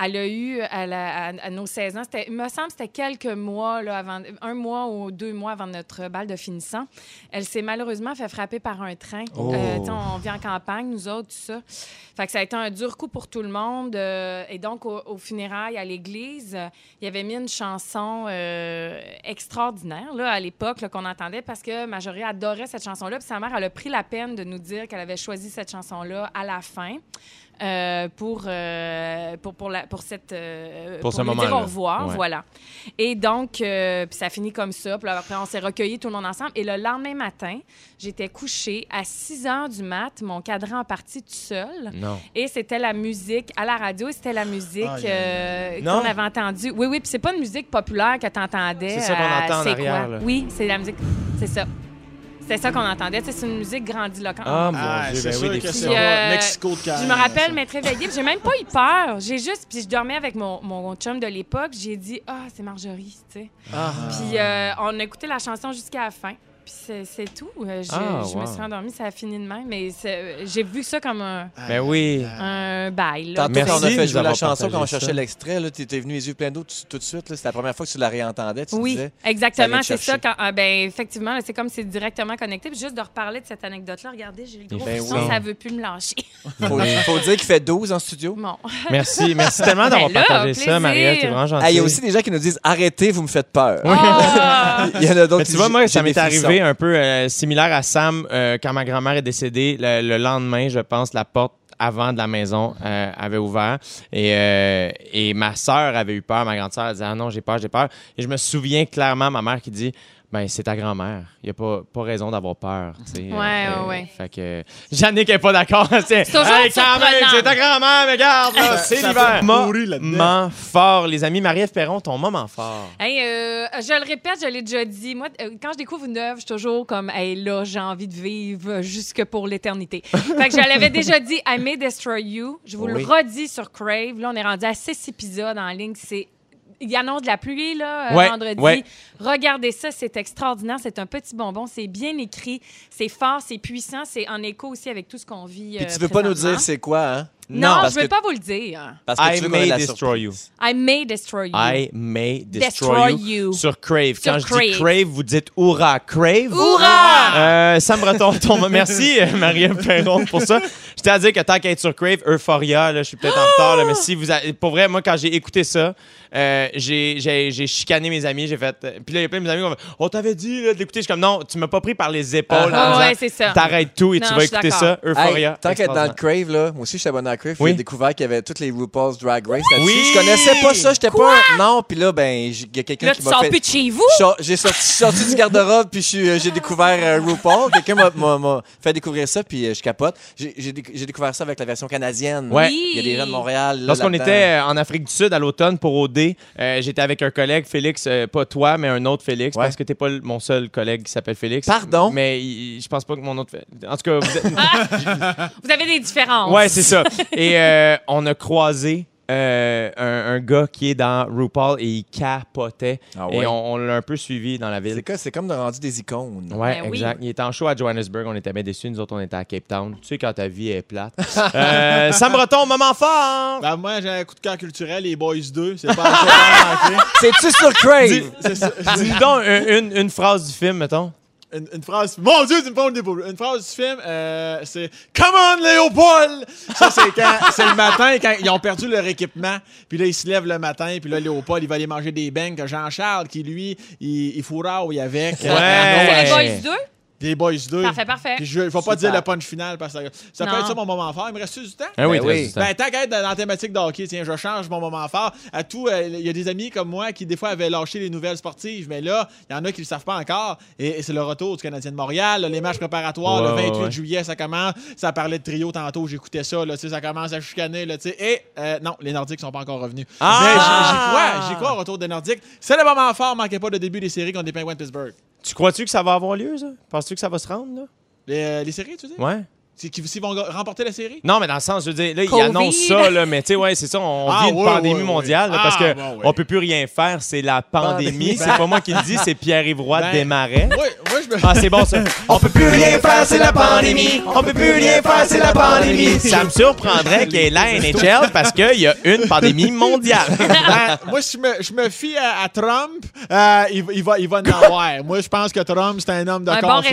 Speaker 4: elle a eu, à, la- à- à nos 16 ans, c'était- il me semble que c'était quelques mois, là, avant, un mois ou deux mois avant notre bal de finissant. Elle s'est malheureusement fait frapper par un train.
Speaker 2: Oh.
Speaker 4: Euh, tu sais, on vit en campagne, nous autres, tout ça. Fait que ça a été un dur coup pour tout le monde. euh, et donc, au, au funérailles, à l'église, euh, il avait mis une chanson euh, extraordinaire là, à l'époque là, qu'on entendait parce que Majoré adorait cette chanson-là. Puis sa mère, elle a pris la peine de nous dire qu'elle avait choisi cette chanson-là à la fin. euh, pour, euh, pour, pour, la, pour, cette, euh,
Speaker 2: Pour ce
Speaker 4: lui dire
Speaker 2: moment-là.
Speaker 4: au revoir,
Speaker 2: Ouais.
Speaker 4: voilà. Et donc, euh, puis ça finit comme ça. Puis là, après, on s'est recueillis tout le monde ensemble. Et le lendemain matin, j'étais couchée à 6 heures du mat, mon cadran en partie tout seul.
Speaker 2: Non.
Speaker 4: Et c'était la musique à la radio, et c'était la musique
Speaker 5: Aïe,
Speaker 4: euh,
Speaker 5: aïe,
Speaker 2: Non.
Speaker 4: qu'on avait entendue. Oui, oui, puis c'est pas une musique populaire que t'entendais.
Speaker 2: C'est ça qu'on
Speaker 4: à
Speaker 2: entend en
Speaker 4: C'est
Speaker 2: arrière,
Speaker 4: quoi.
Speaker 2: là.
Speaker 4: Oui, c'est la musique. C'est ça. C'était ça qu'on entendait. Tu sais, C'est une musique grandiloquente.
Speaker 2: Ah, mon
Speaker 5: Ah,
Speaker 2: Dieu,
Speaker 5: c'est
Speaker 2: ben
Speaker 5: sûr
Speaker 2: oui, des
Speaker 5: que c'est
Speaker 4: Puis,
Speaker 5: pas
Speaker 4: euh,
Speaker 5: Mexico de Caraïbes,
Speaker 4: Je me rappelle
Speaker 5: ça.
Speaker 4: m'être réveillée, puis j'ai même pas eu peur. J'ai juste, puis je dormais avec mon, mon chum de l'époque, j'ai dit ah c'est Marjorie, tu sais.
Speaker 2: Ah.
Speaker 4: Puis euh, on a écouté la chanson jusqu'à la fin. Puis c'est- c'est tout. Euh, Je,
Speaker 2: Ah,
Speaker 4: je
Speaker 2: wow.
Speaker 4: me suis endormie, ça a fini de même. Mais c'est- euh, j'ai vu ça comme un,
Speaker 2: Ben oui.
Speaker 4: un bail. là.
Speaker 3: Euh, Tantôt,
Speaker 2: Merci
Speaker 3: quand on a
Speaker 2: de nous
Speaker 3: fait jouer la
Speaker 2: avoir
Speaker 3: chanson, quand on
Speaker 2: partagé ça.
Speaker 3: cherchait l'extrait, là, t'étais venu les yeux pleins d'eau tout, tout de suite. là. C'était la première fois que tu la réentendais. Tu
Speaker 4: Oui,
Speaker 3: disais,
Speaker 4: exactement,
Speaker 3: ça
Speaker 4: c'est
Speaker 3: vient te
Speaker 4: ça. Quand, ah, ben, effectivement, là, c'est comme c'est directement connecté. Puis juste de reparler de cette anecdote-là, regardez, j'ai le gros
Speaker 3: Ben
Speaker 4: frisson,
Speaker 3: oui.
Speaker 4: ça veut plus me lâcher.
Speaker 3: faut, faut dire qu'il fait 12 en studio.
Speaker 4: Bon.
Speaker 2: Merci, merci tellement d'avoir
Speaker 4: Ben là,
Speaker 2: partagé ça,
Speaker 4: plaisir.
Speaker 2: Marie-Ève, t'es vraiment
Speaker 3: Ah,
Speaker 2: gentille.
Speaker 3: Il y a aussi des gens qui nous disent arrêtez, vous me faites peur.
Speaker 2: Oh!
Speaker 4: Ah!
Speaker 3: Il y en a d'autres
Speaker 2: Mais
Speaker 3: qui
Speaker 2: tu vois,
Speaker 3: disent,
Speaker 2: moi,
Speaker 3: j'ai
Speaker 2: ça
Speaker 3: des
Speaker 2: m'est arrivé
Speaker 3: frissons.
Speaker 2: un peu euh, similaire à Sam euh, quand ma grand-mère est décédée. Le, le lendemain, je pense, la porte avant de la maison euh, avait ouvert et, euh, et ma sœur avait eu peur. Ma grande sœur elle disait Ah non, j'ai peur, j'ai peur. Et je me souviens clairement ma mère qui dit ben, c'est ta grand-mère. Il n'y a pas, pas raison d'avoir peur. tu sais. euh,
Speaker 4: Ouais, ouais, ouais.
Speaker 2: Fait que. Jannick n'est pas d'accord. C'est
Speaker 4: toujours
Speaker 2: quand même,
Speaker 4: surprenant.
Speaker 2: c'est ta grand-mère, mais regarde, là, c'est
Speaker 5: ça
Speaker 2: l'hiver.
Speaker 5: fait pourri là-dedans.
Speaker 2: Moment fort, les amis. Marie-Ève Perron, ton moment fort.
Speaker 4: Hey, euh, je le répète, je l'ai déjà dit. Moi, euh, quand je découvre une œuvre, je suis toujours comme, hey, là, j'ai envie de vivre jusque pour l'éternité. fait que je l'avais déjà dit, I May Destroy You. Je vous
Speaker 3: Oui.
Speaker 4: le redis sur Crave. Là, on est rendu à six épisodes en ligne. C'est. Il annonce de la pluie, là, euh,
Speaker 2: Ouais,
Speaker 4: vendredi.
Speaker 2: ouais.
Speaker 4: Regardez ça, c'est extraordinaire. C'est un petit bonbon. C'est bien écrit. C'est fort, c'est puissant. C'est en écho aussi avec tout ce qu'on vit.
Speaker 3: Puis
Speaker 4: euh,
Speaker 3: tu veux pas nous dire
Speaker 4: présentement.
Speaker 3: c'est quoi, hein?
Speaker 4: Non,
Speaker 3: parce
Speaker 4: je veux
Speaker 3: que-
Speaker 4: pas vous le dire.
Speaker 3: Parce que
Speaker 2: I
Speaker 3: tu veux qu'on ait
Speaker 2: may
Speaker 3: la
Speaker 2: destroy you.
Speaker 4: I May Destroy You.
Speaker 2: I may destroy,
Speaker 4: Destroy
Speaker 2: you.
Speaker 4: you.
Speaker 2: Sur Crave.
Speaker 4: Sur
Speaker 2: Quand je dis
Speaker 4: Crave.
Speaker 2: Crave, vous dites Hurrah Crave.
Speaker 4: Hurrah!
Speaker 2: Euh, Sam Breton, ton... merci euh, Marie-Ève Perron pour ça. J'étais à dire que tant qu'être sur Crave, Euphoria, là, je suis peut-être
Speaker 4: Oh!
Speaker 2: en retard, là, mais si vous. a- Pour vrai, moi, quand j'ai écouté ça, euh, j'ai j'ai- j'ai chicané mes amis, j'ai fait. Puis là, il y a plein de mes amis qui m'ont fait On t'avait dit là, de l'écouter. Je suis comme Non, tu m'as pas pris par les épaules.
Speaker 4: Ah.
Speaker 2: en
Speaker 4: Ouais,
Speaker 2: disant,
Speaker 4: c'est ça.
Speaker 2: T'arrêtes tout et
Speaker 4: Non,
Speaker 2: tu
Speaker 4: je
Speaker 2: vas
Speaker 4: suis
Speaker 2: écouter
Speaker 4: d'accord.
Speaker 2: ça,
Speaker 3: Hey,
Speaker 2: Euphoria.
Speaker 3: tant qu'être dans le
Speaker 2: Extraordinaire.
Speaker 3: Crave, là, moi aussi, je suis abonné à Crave, puis
Speaker 2: Oui.
Speaker 3: j'ai découvert qu'il y avait toutes les RuPaul's Drag Race là-dessus.
Speaker 2: Oui!
Speaker 3: Je connaissais pas ça, j'étais pas. un- Non, puis là, ben, j- il y a quelqu'un
Speaker 4: Là,
Speaker 3: qui
Speaker 4: tu
Speaker 3: m'a
Speaker 4: sors
Speaker 3: fait.
Speaker 4: plus de chez vous.
Speaker 3: Je sors- J'ai sorti, je suis sorti du garde-robe, puis je suis- euh, j'ai découvert euh, RuPaul. Quelqu'un m'a- m'a- m'a fait découvrir ça, puis euh, je capote. J'ai j'ai déc- j'ai découvert ça avec la version canadienne.
Speaker 2: Ouais.
Speaker 4: Oui.
Speaker 3: Il y a des gens de Montréal. là,
Speaker 2: Lorsqu'on
Speaker 3: là-dedans.
Speaker 2: était euh, en Afrique du Sud à l'automne pour OD, euh, j'étais avec un collègue, Félix, euh, pas toi, mais un autre Félix,
Speaker 3: Ouais.
Speaker 2: parce que t'es pas le- mon seul collègue qui s'appelle Félix.
Speaker 3: Pardon?
Speaker 2: Mais il- je pense pas que mon autre. En tout cas, vous êtes-
Speaker 4: Vous avez des différences.
Speaker 2: ouais, c'est ça. Et euh, on a croisé. euh, un, un gars qui est dans RuPaul et il capotait.
Speaker 3: Ah ouais?
Speaker 2: Et on, on l'a un peu suivi dans la ville.
Speaker 3: C'est quoi- C'est comme de rendu des icônes.
Speaker 2: Ouais,
Speaker 4: Ben oui.
Speaker 2: exact. Il était en show à Johannesburg, on était bien déçus. Nous autres, on était à Cape Town. Tu sais, quand ta vie est plate. euh, Sam Breton, moment fort!
Speaker 3: Ah.
Speaker 5: Ben, moi, j'ai un coup de cœur culturel, les Boys 2. C'est pas assez rare, ok?
Speaker 3: C'est-tu sur Crave?
Speaker 5: C'est ça.
Speaker 2: Dis donc une- une- une phrase du film, mettons.
Speaker 5: Une, une phrase. Mon Dieu, tu me prends des boules. Une phrase du film, euh, c'est Come on, Léopold! Ça, c'est quand. c'est le matin, quand ils ont perdu leur équipement. Puis là, ils se lèvent le matin. Puis là, Léopold, il va aller manger des beignes que Jean-Charles, qui lui, il, il fourraille avec. euh,
Speaker 2: Ouais.
Speaker 4: C'est
Speaker 5: Arnaud, euh,
Speaker 4: les
Speaker 2: Ouais.
Speaker 4: Boys 2.
Speaker 5: Des Boys 2.
Speaker 4: Parfait, parfait.
Speaker 5: Puis je ne vais pas
Speaker 3: Super.
Speaker 5: dire le punch final parce que ça peut
Speaker 4: Non.
Speaker 5: être ça mon moment fort. Il me reste du temps?
Speaker 2: Ah oui,
Speaker 3: Ben
Speaker 2: très
Speaker 3: oui.
Speaker 2: distant.
Speaker 5: Ben, tant qu'à être dans la thématique de hockey, tiens, je change mon moment fort. À tout, euh, il y a des amis comme moi qui, des fois, avaient lâché les nouvelles sportives, mais là, il y en a qui ne le savent pas encore. Et, et c'est le retour du Canadien de Montréal, là, les matchs préparatoires,
Speaker 2: Ouais,
Speaker 5: le 28
Speaker 2: ouais, ouais.
Speaker 5: juillet, ça commence. Ça parlait de trio tantôt, j'écoutais ça, là, tu sais, ça commence à chicaner, là, tu sais. Et euh, non, les Nordiques sont pas encore revenus.
Speaker 2: Ah!
Speaker 5: Mais j'y- j'y crois, j'y crois au retour des Nordiques. C'est le moment fort, manquez pas le début des séries contre les Penguins de Pittsburgh.
Speaker 2: Tu crois-tu que ça va avoir lieu, ça? Penses-tu que ça va se rendre, là?
Speaker 5: Les, les séries, tu dis?
Speaker 2: Ouais.
Speaker 5: C'est qu'ils s'ils vont ga- remporter la série?
Speaker 2: Non, mais dans le sens, je veux dire, là, ils
Speaker 4: Covid.
Speaker 2: annoncent ça, là, mais tu sais, ouais, c'est ça, on
Speaker 5: Ah,
Speaker 2: vit une
Speaker 5: ouais,
Speaker 2: pandémie
Speaker 5: ouais,
Speaker 2: mondiale,
Speaker 5: ouais.
Speaker 2: là, parce
Speaker 5: Ah,
Speaker 2: que
Speaker 5: bah, ouais.
Speaker 2: on peut plus rien faire, c'est la pandémie. c'est pas moi qui le dis, c'est Pierre-Yves Roy
Speaker 5: Ben.
Speaker 2: Desmarais.
Speaker 5: Oui, oui, je me.
Speaker 2: Ah, c'est bon, ça. On peut plus rien faire, c'est la pandémie. On peut plus rien faire, c'est la pandémie. Ça me surprendrait qu'il y ait la NHL parce qu'il y a une pandémie mondiale.
Speaker 5: Ah, moi, si je me, je me fie à, à Trump, euh, il, va- il va, il va en avoir. Moi, je pense que Trump, c'est un homme de
Speaker 4: Un bon
Speaker 5: confiance.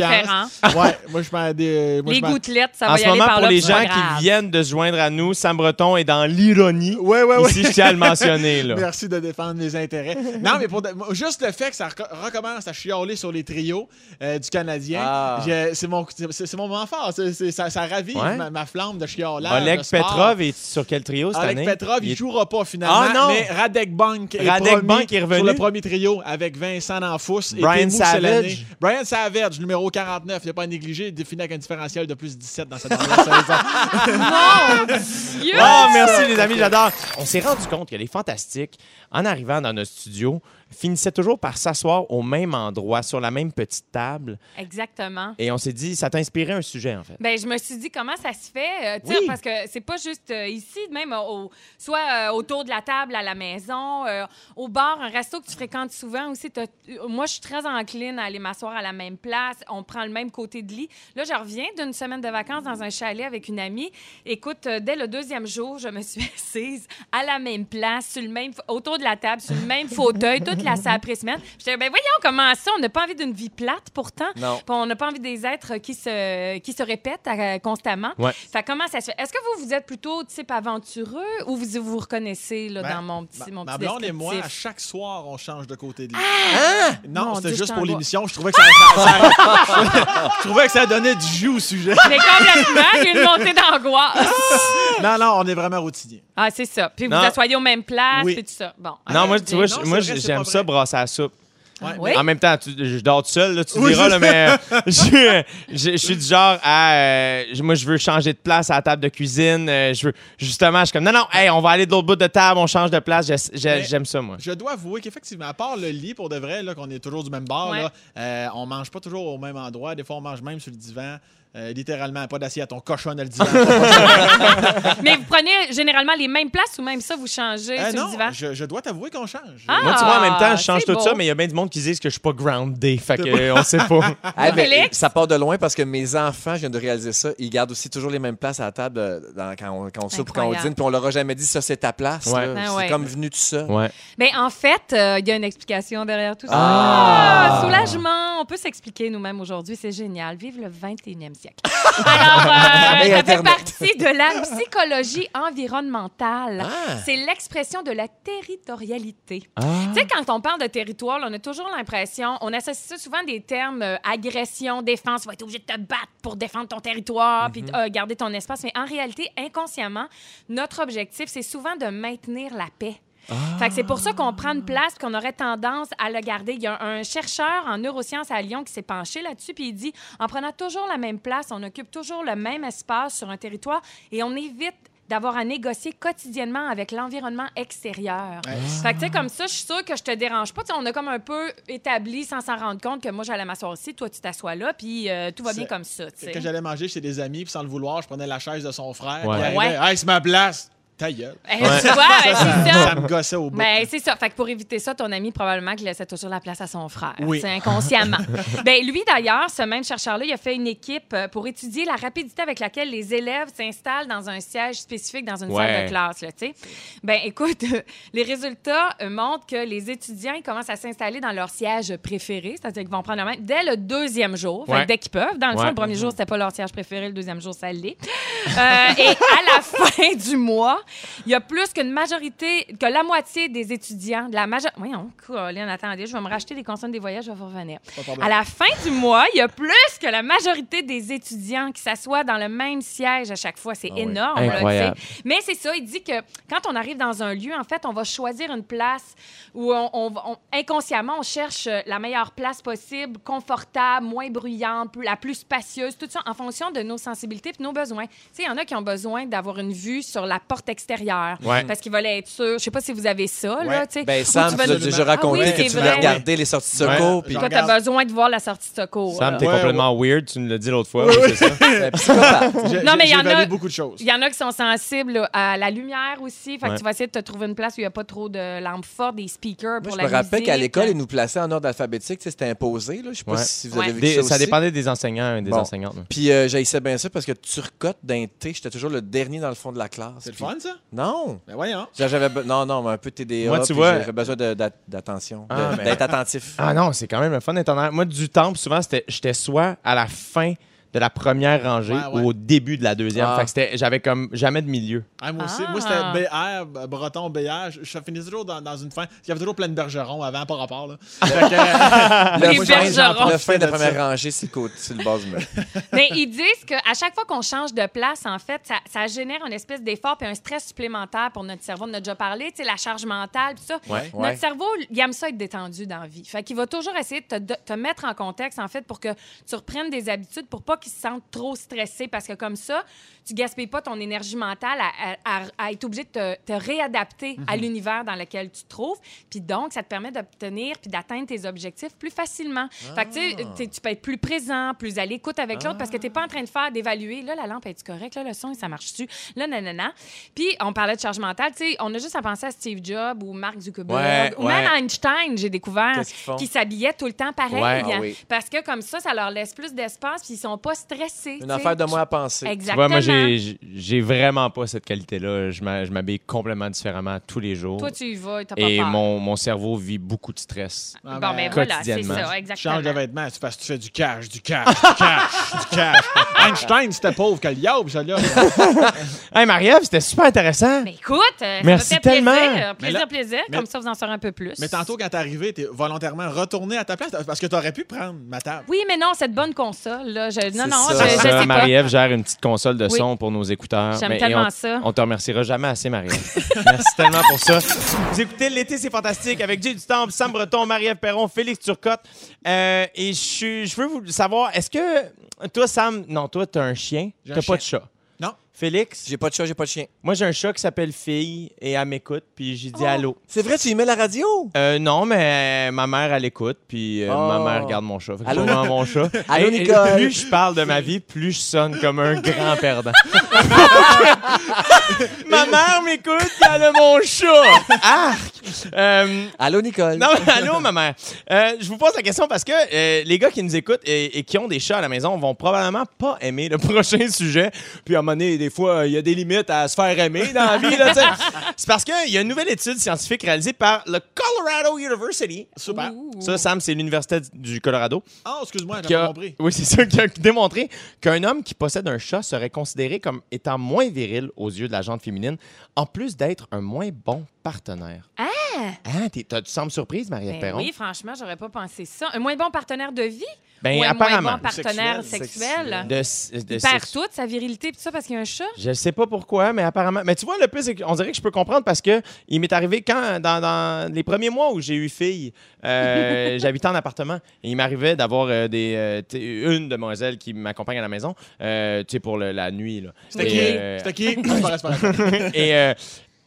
Speaker 4: référent.
Speaker 5: Ouais, moi, je m'en des. moi,
Speaker 4: Les
Speaker 5: je m'en-
Speaker 4: gouttelettes, ça
Speaker 2: en
Speaker 4: va y
Speaker 2: ce
Speaker 4: aller
Speaker 2: moment,
Speaker 4: par
Speaker 2: pour
Speaker 4: là,
Speaker 2: les
Speaker 4: c'est pas
Speaker 2: gens
Speaker 4: grave.
Speaker 2: qui viennent de se joindre à nous, Sam Breton est dans l'ironie.
Speaker 5: Ouais, ouais, ouais.
Speaker 2: Ici, je tiens à le mentionner, là.
Speaker 5: Merci de défendre mes intérêts. Non, mais pour de- moi, juste le fait que ça reco- recommence à chialer sur les trios euh, du Canadien,
Speaker 3: Ah.
Speaker 5: j'ai- c'est mon, c'est- c'est mon moment fort. C'est- c'est- ça, ça ravive
Speaker 2: Ouais.
Speaker 5: ma, ma flamme de chiolage.
Speaker 2: Oleg
Speaker 5: de sport.
Speaker 2: Petrov est sur quel trio cette
Speaker 5: Oleg
Speaker 2: année?
Speaker 5: Petrov, il,
Speaker 2: est-
Speaker 5: jouera pas finalement.
Speaker 2: Ah, non.
Speaker 5: Mais Radek Bank est,
Speaker 2: Radek
Speaker 5: promis
Speaker 2: Bank est revenu.
Speaker 5: sur le premier trio avec Vincent Danfousse et
Speaker 2: Brian
Speaker 5: Teemu Selänne.
Speaker 2: Savage.
Speaker 5: Brian Savage, numéro 49, il n'est pas à négliger, il finit avec un différentiel de plus 17 dans cette dernière saison.
Speaker 4: Dieu!
Speaker 2: Ah, merci les amis, j'adore. On s'est rendu compte que les fantastiques, en arrivant dans notre studio, finissaient toujours par s'asseoir au même endroit, sur la même petite table.
Speaker 4: Exactement.
Speaker 2: Et on s'est dit, ça t'inspirait un sujet, en fait.
Speaker 4: Ben, je me suis dit comment ça se fait, euh, tu sais,
Speaker 2: Oui.
Speaker 4: parce que c'est pas juste euh, ici, même euh, au- soit euh, autour de la table à la maison, euh, au bar, un resto que tu fréquentes souvent aussi. t'as- euh, Moi, je suis très encline à aller m'asseoir à la même place. On prend le même côté de lit. Là, je reviens d'une semaine de vacances dans un chalet avec une amie. Écoute, euh, dès le deuxième jour, je me suis assise à la même place, sur le même, autour de la table, sur le même fauteuil, toute la salle après-semaine. J'étais, ben voyons comment ça, on n'a pas envie d'une vie plate pourtant.
Speaker 3: Non.
Speaker 4: Puis on n'a pas envie des êtres qui se, qui se répètent euh, constamment.
Speaker 2: Ouais.
Speaker 4: Fait que comment ça se fait? Est-ce que vous, vous êtes plutôt type aventureux ou vous vous reconnaissez là,
Speaker 5: Ben,
Speaker 4: dans mon petit, mon
Speaker 5: Ma
Speaker 4: petit
Speaker 5: blonde et moi, à
Speaker 4: descriptif? Ah!
Speaker 5: chaque soir, on change de côté de lit. Non,
Speaker 4: Mon
Speaker 5: c'était
Speaker 4: Dieu, je
Speaker 5: juste pour
Speaker 4: t'envoie.
Speaker 5: l'émission. Je trouvais que ça, ça- ça- je trouvais que ça donnait du jus au sujet.
Speaker 4: Mais complètement, il y a une montée d'angoisse.
Speaker 5: Non, non, on est vraiment routinier.
Speaker 4: Ah, c'est ça. Puis vous
Speaker 2: Non.
Speaker 4: assoyez aux mêmes places,
Speaker 5: Oui.
Speaker 4: puis tout ça. Bon.
Speaker 2: Non, moi, tu vois,
Speaker 5: bien,
Speaker 2: je-
Speaker 5: Ah, non, c'est
Speaker 2: moi
Speaker 5: vrai, c'est
Speaker 2: j'aime
Speaker 5: pas
Speaker 2: ça
Speaker 5: vrai.
Speaker 2: brasser à soupe.
Speaker 5: Ouais.
Speaker 4: Oui?
Speaker 2: En même temps, tu- je dors tout seul, là, tu
Speaker 5: Oui,
Speaker 2: diras,
Speaker 5: c'est
Speaker 2: là, mais euh, je, je- je suis du genre à. euh, je- moi, je veux changer de place à la table de cuisine. euh, je veux, justement, je suis comme, non, non, hey, on va aller de l'autre bout de table, on change de place. J'ess- j'ai-
Speaker 5: Mais-
Speaker 2: J'aime ça, moi.
Speaker 5: Je dois avouer qu'effectivement, à part le lit, pour de vrai, là, qu'on est toujours du même bord,
Speaker 4: Ouais.
Speaker 5: là, euh, on mange pas toujours au même endroit. Des fois, on mange même sur le divan. Euh, littéralement, pas d'assiette. On cochonne le divan.
Speaker 4: Mais vous prenez généralement les mêmes places ou même ça, vous changez
Speaker 5: Euh,
Speaker 4: sur le
Speaker 5: non,
Speaker 4: divan?
Speaker 5: je, je dois t'avouer qu'on change.
Speaker 4: Ah!
Speaker 2: Moi, tu vois, en même temps, je change
Speaker 4: c'est
Speaker 2: tout ça,
Speaker 4: beau.
Speaker 2: mais il y a bien du monde qui disent que je suis pas groundé. Fait que, euh, on sait pas.
Speaker 3: Ah, ben,
Speaker 4: Félix?
Speaker 3: ça part de loin parce que mes enfants, je viens de réaliser ça, ils gardent aussi toujours les mêmes places à la table euh, dans- quand on, quand on soupe ou quand on
Speaker 4: Incroyable.
Speaker 3: dîne, puis on leur a jamais dit ça, c'est ta place.
Speaker 2: Ouais.
Speaker 3: là.
Speaker 4: Ah,
Speaker 3: c'est
Speaker 4: ouais.
Speaker 3: comme venu tout ça.
Speaker 2: Ouais.
Speaker 4: Mais en fait, euh, il y a une explication derrière tout ça.
Speaker 3: Ah!
Speaker 4: Ah, soulagement! On peut s'expliquer nous-mêmes aujourd'hui. C'est génial. Vive le 21e siècle. Alors, euh,
Speaker 3: Et
Speaker 4: ça fait
Speaker 3: Internet.
Speaker 4: partie de la psychologie environnementale.
Speaker 3: Ah.
Speaker 4: C'est l'expression de la territorialité. Tu sais, quand on parle de territoire, là, on a toujours l'impression, on associe ça souvent à des termes euh, agression, défense, tu vas être obligé de te battre pour défendre ton territoire, puis
Speaker 3: Mhm.
Speaker 4: euh, garder ton espace. Mais en réalité, inconsciemment, notre objectif, c'est souvent de maintenir la paix. Fait que c'est pour ça qu'on prend une place puis qu'on aurait tendance à la garder. Il y a un chercheur en neurosciences à Lyon qui s'est penché là-dessus puis il dit en prenant toujours la même place, on occupe toujours le même espace sur un territoire et on évite d'avoir à négocier quotidiennement avec l'environnement extérieur. Fait que, tu sais, comme ça, je suis sûre que je te dérange pas. Tu sais, on a comme un peu établi, sans s'en rendre compte, que moi, j'allais m'asseoir ici, toi, tu t'assois là, puis euh, tout va bien
Speaker 5: C'est-
Speaker 4: comme ça, tu sais.
Speaker 5: Quand j'allais manger chez des amis, puis sans le vouloir, je prenais la chaise de son frère.
Speaker 2: Ouais.
Speaker 5: puis il arrivait, Hey, c'est ma place! Ta gueule!
Speaker 4: Eh, Tu vois, ben, c'est ça.
Speaker 5: Ça me gossait au bout.
Speaker 4: Ben, c'est ça. Fait que pour éviter ça, ton ami, probablement qu'il laissait toujours la place à son frère.
Speaker 5: Oui.
Speaker 4: C'est inconsciemment. ben, lui, d'ailleurs, ce même chercheur-là, il a fait une équipe euh, pour étudier la rapidité avec laquelle les élèves s'installent dans un siège spécifique dans une
Speaker 2: Ouais.
Speaker 4: salle de classe, là, tu sais. Ben, écoute, les résultats euh, montrent que les étudiants, ils commencent à s'installer dans leur siège préféré, c'est-à-dire qu'ils vont prendre le même dès le deuxième jour, Fait que
Speaker 2: Ouais.
Speaker 4: dès qu'ils peuvent. Dans le
Speaker 2: Ouais.
Speaker 4: fond, le premier jour, c'était pas leur siège préféré, le deuxième jour, ça l'est. Euh, et à la fin du mois, il y a plus qu'une majorité, que la moitié des étudiants, de la majeure. Voyons, Colin, attendez, je vais me racheter des consonnes des voyages, je vais vous revenir. À la fin du mois, il y a plus que la majorité des étudiants qui s'assoient dans le même siège à chaque fois. C'est énorme. là,
Speaker 2: Incroyable.
Speaker 4: tu sais. Mais c'est ça, il dit que quand on arrive dans un lieu, en fait, on va choisir une place où on, on- on- inconsciemment, on cherche euh, la meilleure place possible, confortable, moins bruyante, plus- la plus spacieuse, tout ça en fonction de nos sensibilités et nos besoins. Tu sais, il y en a qui ont besoin d'avoir une vue vue sur la porte extérieure.
Speaker 2: Ouais.
Speaker 4: Parce qu'il voulait être sûr. Je sais pas si vous avez ça, là,
Speaker 5: Ouais.
Speaker 4: tu sais.
Speaker 3: Ben,
Speaker 4: Ou
Speaker 3: Sam,
Speaker 4: tu vas-
Speaker 3: tu l'as déjà raconté
Speaker 4: Ah oui,
Speaker 3: que
Speaker 4: c'est
Speaker 3: tu voulais
Speaker 4: vrai.
Speaker 3: regarder les sorties de secours. puis-
Speaker 4: Toi, t'as besoin de voir la sortie de secours.
Speaker 2: Sam,
Speaker 4: là.
Speaker 2: t'es
Speaker 5: Ouais,
Speaker 2: complètement weird, tu nous l'as dit l'autre fois. oui, c'est ça.
Speaker 3: C'est un psychopathe.
Speaker 4: Non, mais il y en a-
Speaker 5: beaucoup de choses.
Speaker 4: Il y en a qui sont sensibles là, à la lumière aussi. Fait
Speaker 2: Ouais.
Speaker 4: que tu vas essayer de te trouver une place où il n'y a pas trop de lampes fortes, des speakers
Speaker 3: Moi,
Speaker 4: pour
Speaker 3: je
Speaker 4: la
Speaker 3: me
Speaker 4: musique. hein.
Speaker 3: rappelle qu'à l'école, ils nous plaçaient en ordre alphabétique. tu sais, C'était imposé. Là. Je sais pas
Speaker 2: Ouais.
Speaker 3: si vous avez
Speaker 4: Ouais.
Speaker 3: vu
Speaker 2: Des-
Speaker 3: ça
Speaker 2: ça
Speaker 3: aussi.
Speaker 2: dépendait des enseignants et des
Speaker 3: Bon.
Speaker 2: enseignantes. mais-
Speaker 3: Puis euh, j'haïssais bien ça parce que Turcotte d'un thé, j'étais toujours le dernier dans le fond de la classe.
Speaker 5: C'est le
Speaker 3: Puis-
Speaker 5: fun, ça?
Speaker 3: Non.
Speaker 5: Ben voyons.
Speaker 3: Genre, J'avais be- non non mais un peu TDA.
Speaker 2: Moi, tu
Speaker 3: puis
Speaker 2: vois-
Speaker 3: j'avais besoin de- d'a- d'attention,
Speaker 2: Ah,
Speaker 3: de-
Speaker 2: mais-
Speaker 3: d'être attentif.
Speaker 2: Ah non, c'est quand même le fun d'être en arrière. Moi, du temps, souvent, c'était, j'étais soit à la fin de la première rangée
Speaker 5: Ouais, ouais.
Speaker 2: ou au début de la deuxième.
Speaker 3: Ah.
Speaker 2: Fait que c'était, j'avais comme jamais de milieu.
Speaker 5: Ah, moi aussi.
Speaker 4: Ah.
Speaker 5: Moi, c'était BR, b- breton, BR. Je, je finissais toujours dans, dans une fin. Il y avait toujours plein de bergerons avant, par rapport. Là. Fait que,
Speaker 3: Le
Speaker 4: Les
Speaker 3: fin-
Speaker 4: bergerons.
Speaker 3: Le fin de la
Speaker 5: Je fais de
Speaker 3: première rangée, c'est le côté- c'est le bas du mur.
Speaker 4: Mais ils disent qu'à chaque fois qu'on change de place, en fait, ça, ça génère une espèce d'effort et un stress supplémentaire pour notre cerveau. On en a déjà parlé, tu sais, la charge mentale, tout ça.
Speaker 3: Ouais,
Speaker 4: notre
Speaker 3: ouais.
Speaker 4: cerveau, il aime ça être détendu dans la vie. Fait qu'il va toujours essayer de te, de te mettre en contexte, en fait, pour que tu reprennes des habitudes pour pas qu'il se sente trop stressé. Parce que comme ça, tu gaspilles pas ton énergie mentale à, à- à- à être obligé de te, te réadapter à l'univers dans lequel tu te trouves. Puis donc, ça te permet d'obtenir puis d'atteindre tes objectifs plus facilement. Fait que tu sais, t'es- tu peux être plus présent, plus à l'écoute avec l'autre parce que t'es pas en train de faire, d'évaluer. Là, la lampe est correcte? Là, le son, ça marche-tu? Là, nanana. Puis, on parlait de charge mentale. Tu sais, on a juste à penser à Steve Jobs ou Mark
Speaker 3: Ouais,
Speaker 4: Zuckerberg ou même
Speaker 3: ouais.
Speaker 4: à Einstein, j'ai découvert,
Speaker 3: Qu'est-ce qu'ils font?
Speaker 4: qui s'habillaient tout le temps pareil.
Speaker 3: Ouais, ah oui.
Speaker 4: Parce que comme ça, ça leur laisse plus d'espace puis ils sont pas stressés. tu
Speaker 3: Une
Speaker 4: sais.
Speaker 3: affaire de moi à penser.
Speaker 2: Tu
Speaker 4: Exactement.
Speaker 2: vois, moi, j'ai, j'ai- j'ai vraiment pas cette qualité-là. Je m'a- je m'habille complètement différemment tous les jours.
Speaker 4: Toi, tu y vas, t'as pas
Speaker 2: et
Speaker 4: peur.
Speaker 2: mon, mon cerveau vit beaucoup de stress.
Speaker 5: Ah,
Speaker 4: Bon,
Speaker 5: ben,
Speaker 4: ben voilà, c'est
Speaker 2: quotidiennement.
Speaker 4: ça,
Speaker 5: tu changes de
Speaker 4: exactement.
Speaker 5: vêtements. C'est parce que tu fais du cash, du cash, du cash, du cash. Einstein, c'était pauvre que le diable, celui-là.
Speaker 2: Hey, Marie-Ève, c'était super intéressant.
Speaker 4: Mais écoute, euh, ça
Speaker 2: Merci
Speaker 4: m'a fait
Speaker 2: tellement.
Speaker 4: plaisir,
Speaker 5: Mais
Speaker 4: plaisir,
Speaker 5: là-
Speaker 4: plaisir.
Speaker 5: mais-
Speaker 4: Comme ça, vous en saurez un peu plus.
Speaker 5: Mais tantôt, quand t'es arrivé, t'es volontairement retourné à ta place parce que t'aurais pu prendre ma table.
Speaker 4: Oui, mais non, cette bonne console, là, je... non,
Speaker 3: C'est
Speaker 4: non,
Speaker 3: ça.
Speaker 4: je,
Speaker 2: Parce
Speaker 4: je
Speaker 2: que
Speaker 4: sais pas.
Speaker 2: Marie-Ève gère une petite console de
Speaker 4: Oui.
Speaker 2: son pour nos écouteurs.
Speaker 4: J'aime
Speaker 2: Mais- et
Speaker 4: tellement
Speaker 2: on,
Speaker 4: ça.
Speaker 2: On te remerciera jamais assez, Marie-Ève. Merci tellement pour ça. Vous écoutez L'été, c'est fantastique avec Jay Dutemps, Sam Breton, Marie-Ève Perron, Félix Turcotte. Euh, et je, suis- je veux vous savoir, est-ce que toi, Sam, non, toi, t'as un chien,
Speaker 5: J'ai
Speaker 2: t'as
Speaker 5: un
Speaker 2: pas de
Speaker 5: chien.
Speaker 2: chat.
Speaker 5: Non.
Speaker 2: Félix,
Speaker 3: J'ai pas de chat, j'ai pas de chien.
Speaker 2: moi, j'ai un chat qui s'appelle Fille et elle m'écoute, puis j'ai dit
Speaker 4: Oh.
Speaker 2: allô.
Speaker 3: C'est vrai, tu y mets la radio.
Speaker 2: Euh, non, mais euh, ma mère, elle écoute, puis euh,
Speaker 3: Oh.
Speaker 2: ma mère regarde mon chat. Fait que
Speaker 3: Allô?
Speaker 2: je vais voir mon chat.
Speaker 3: Allô,
Speaker 2: Et- et
Speaker 3: Nicole?
Speaker 2: Plus je parle de ma vie, plus je sonne comme un grand perdant. ma mère m'écoute, puis elle a mon chat. Arc! Euh,
Speaker 3: Allô, Nicole.
Speaker 2: non, mais allô, ma mère. Euh, je vous pose la question parce que euh, les gars qui nous écoutent et, et qui ont des chats à la maison vont probablement pas aimer le prochain sujet. Puis à un moment donné, des fois, euh, il y a des limites à se faire aimer dans la vie. là, tu sais. C'est parce qu'il y a une nouvelle étude scientifique réalisée par le Colorado University.
Speaker 5: Super.
Speaker 4: Ouh.
Speaker 2: Ça, Sam, c'est l'Université du Colorado.
Speaker 5: Ah, excuse-moi,
Speaker 2: qui
Speaker 5: j'ai
Speaker 2: a-
Speaker 5: pas compris.
Speaker 2: Oui, c'est ça, qui a démontré qu'un homme qui possède un chat serait considéré comme étant moins viril aux yeux de la gente féminine, en plus d'être un moins bon partenaire. Ah! Ah, t'es- t'as- tu sembles surprise, Marie-Ève
Speaker 4: Ben
Speaker 2: Perron.
Speaker 4: oui, franchement, j'aurais pas pensé ça. Un moins bon partenaire de vie
Speaker 2: Ben,
Speaker 4: ou un moins
Speaker 2: apparemment.
Speaker 4: bon partenaire
Speaker 3: Sexuel.
Speaker 4: sexuel?
Speaker 2: de, s- de
Speaker 4: Il perd
Speaker 2: sexe-
Speaker 4: toute sa virilité pis tout ça parce qu'il y a un chat?
Speaker 2: Je sais pas pourquoi, mais apparemment. Mais tu vois, le plus, c'est que- on dirait que je peux comprendre parce que il m'est arrivé quand, dans, dans les premiers mois où j'ai eu fille, euh, j'habitais en appartement et il m'arrivait d'avoir euh, des euh, tu sais, une demoiselle qui m'accompagne à la maison, euh, tu sais, pour le- la nuit. là.
Speaker 5: C'était
Speaker 2: Et,
Speaker 5: qui?
Speaker 2: euh,
Speaker 5: C'était qui? C'est pas grave, c'est pas grave.
Speaker 2: et, euh,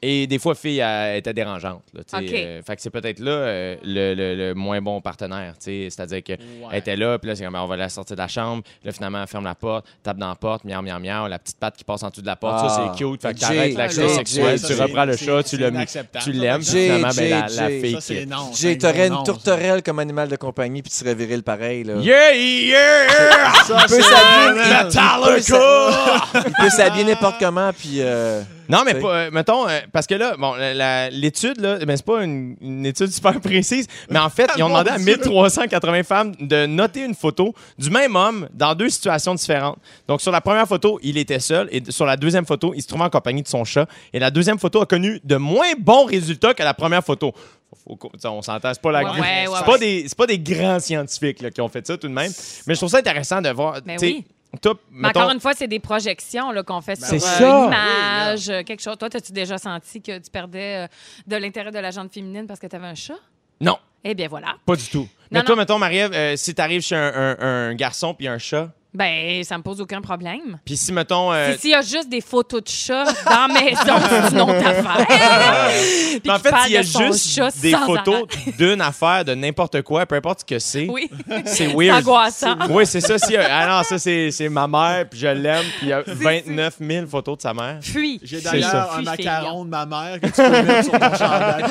Speaker 2: et des fois, fille elle était dérangeante. Là, tu sais,
Speaker 4: Ok.
Speaker 2: euh, fait que c'est peut-être là euh, le, le- le moins bon partenaire. tu sais. C'est-à-dire que
Speaker 5: Ouais.
Speaker 2: elle était là, puis là, c'est comme, on va la sortir de la chambre. Là, finalement, elle ferme la porte, tape dans la porte, miaou, miaou, miaou, la petite patte qui passe en dessous de la porte.
Speaker 3: Ah.
Speaker 2: ça, c'est cute. Fait que
Speaker 3: Jay,
Speaker 2: t'arrêtes l'action
Speaker 3: Jay,
Speaker 2: sexuelle,
Speaker 3: Jay,
Speaker 2: tu
Speaker 3: Jay.
Speaker 2: reprends le
Speaker 5: C'est-
Speaker 2: chat, tu
Speaker 5: c'est
Speaker 2: le-
Speaker 5: inacceptable.
Speaker 2: tu l'aimes,
Speaker 5: Ça,
Speaker 2: puis finalement,
Speaker 3: Jay,
Speaker 2: ben, la, la
Speaker 3: Jay,
Speaker 2: fille
Speaker 5: Ça, c'est
Speaker 2: quitte.
Speaker 5: non.
Speaker 3: J'ai
Speaker 5: c'est un
Speaker 3: t'aurais
Speaker 5: non,
Speaker 3: une
Speaker 5: ça.
Speaker 3: tourterelle comme animal de compagnie, puis tu serais viril pareil. Là.
Speaker 2: Yeah, yeah!
Speaker 5: Ça,
Speaker 3: peut
Speaker 5: c'est
Speaker 3: s'habiller-
Speaker 5: vraiment-
Speaker 3: peut s'a- Il peut s'habiller n'importe comment, puis. euh,
Speaker 2: Non, mais
Speaker 3: Tu sais.
Speaker 2: pas, euh, mettons, euh, parce que là, bon, la- la- l'étude, là, ben, c'est pas une, une étude super précise, mais en fait, ils ont
Speaker 5: mon
Speaker 2: demandé à
Speaker 5: Dieu.
Speaker 2: 1380 femmes de noter une photo du même homme dans deux situations différentes. Donc, sur la première photo, il était seul, et sur la deuxième photo, il se trouvait en compagnie de son chat. Et la deuxième photo a connu de moins bons résultats que la première photo. Faut- faut qu'on- t'sais, on s'entend, c'est pas la
Speaker 4: Ouais,
Speaker 2: c'est
Speaker 4: ouais, ouais,
Speaker 2: pas
Speaker 4: ouais.
Speaker 2: des c'est pas des grands scientifiques là, qui ont fait ça tout de même, mais je trouve ça intéressant de voir.
Speaker 4: Mais
Speaker 2: t'sais,
Speaker 4: Ben oui.
Speaker 2: toi,
Speaker 4: Mais
Speaker 2: mettons- Ben
Speaker 4: encore une fois, c'est des projections là, qu'on fait sur
Speaker 2: c'est
Speaker 4: euh,
Speaker 2: ça.
Speaker 4: une image, euh, quelque chose. Toi, as-tu déjà senti que tu perdais euh, de l'intérêt de la gente féminine parce que tu avais un chat?
Speaker 2: non,
Speaker 4: Eh bien, voilà.
Speaker 2: Pas du tout.
Speaker 4: Non,
Speaker 2: mais toi,
Speaker 4: non.
Speaker 2: mettons, Marie-Ève, euh, si t'arrives chez un, un- un garçon puis un chat,
Speaker 4: Ben, ça me pose aucun problème.
Speaker 2: Puis si, mettons. euh,
Speaker 4: Si S'il y a juste des photos de chats dans la maison, c'est une autre affaire. Puis
Speaker 2: mais en
Speaker 4: qu'il
Speaker 2: fait,
Speaker 4: parle
Speaker 2: il y a
Speaker 4: de son chat
Speaker 2: juste des
Speaker 4: sans
Speaker 2: photos
Speaker 4: arrêt.
Speaker 2: d'une affaire, de n'importe quoi, peu importe ce que c'est.
Speaker 4: Oui.
Speaker 2: C'est weird.
Speaker 4: angoissant.
Speaker 2: Oui, c'est ça. Si, euh, ah non, ça, c'est c'est ma mère, puis je l'aime, puis il y a 29 000 photos de sa mère.
Speaker 4: Puis.
Speaker 5: J'ai
Speaker 2: C'est
Speaker 5: d'ailleurs
Speaker 2: ça.
Speaker 5: un
Speaker 4: Fuis,
Speaker 5: macaron de ma mère que tu peux mettre sur ton chandail.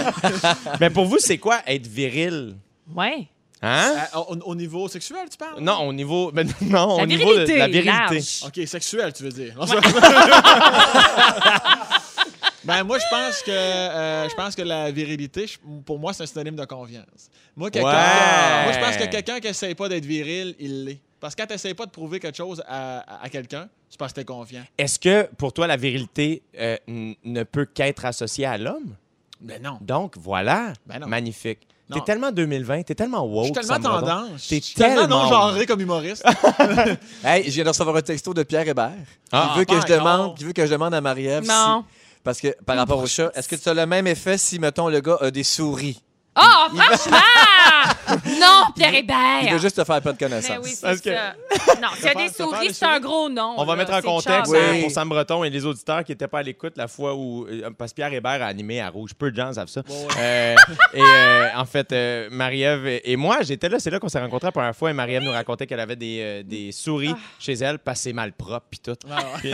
Speaker 2: Mais pour vous, c'est quoi être viril?
Speaker 4: Ouais.
Speaker 2: Hein?
Speaker 5: À- Ben, au, au niveau sexuel, tu parles?
Speaker 2: Non, au niveau. ben non,
Speaker 4: La
Speaker 2: au niveau de
Speaker 4: virilité,
Speaker 2: la virilité.
Speaker 4: large.
Speaker 5: OK, sexuel, tu veux dire. ben moi, je pense que euh, je pense que la virilité, je- pour moi, c'est un synonyme de confiance. Moi, quelqu'un,
Speaker 2: Ouais.
Speaker 5: moi je pense que quelqu'un qui essaye pas d'être viril, il l'est. Parce que quand tu pas de prouver quelque chose à, à- à quelqu'un, c'est parce que tu es confiant.
Speaker 2: Est-ce que pour toi, la virilité euh, n- ne peut qu'être associée à l'homme?
Speaker 5: Ben non.
Speaker 2: Donc, voilà.
Speaker 5: Ben non.
Speaker 2: Magnifique.
Speaker 5: Non.
Speaker 2: T'es tellement 2020, t'es tellement woke.
Speaker 5: Je suis tellement
Speaker 2: Sam Breton.
Speaker 5: tendance. Je
Speaker 2: T'es
Speaker 5: suis tellement
Speaker 2: tellement-
Speaker 5: non-genré comme humoriste.
Speaker 3: Hey, je viens de recevoir un texto de Pierre Hébert.
Speaker 2: Ah,
Speaker 3: il veut que je
Speaker 5: encore.
Speaker 3: demande, il veut que je demande à Marie-Ève
Speaker 4: Non.
Speaker 3: si- parce que par rapport au chat, est-ce que tu as le même effet si mettons le gars a des souris
Speaker 4: Oh, franchement! non, Pierre
Speaker 3: Il veut
Speaker 4: Hébert!
Speaker 3: juste te faire pas de
Speaker 4: Mais
Speaker 3: connaissance.
Speaker 4: Ah. Ben oui, c'est
Speaker 2: Parce que-
Speaker 4: ça. Non, s'il y a des
Speaker 5: parle- ça parle
Speaker 4: souris,
Speaker 5: de
Speaker 4: c'est un
Speaker 5: souris.
Speaker 4: gros nom.
Speaker 2: On va
Speaker 4: là.
Speaker 2: mettre en
Speaker 4: C'est
Speaker 2: contexte
Speaker 4: charmant.
Speaker 2: euh, pour Sam Breton et les auditeurs qui n'étaient pas à l'écoute la fois où. euh, Parce que Pierre Hébert a animé à Rouge. Peu de gens savent ça. Euh, et euh, en fait, euh, Marie-Ève et- et moi, j'étais là. C'est là qu'on s'est rencontrés la première fois. Et Marie-Ève nous racontait qu'elle avait des, euh, des souris
Speaker 4: Ah.
Speaker 2: chez elle parce que c'est mal propre puis tout. Puis-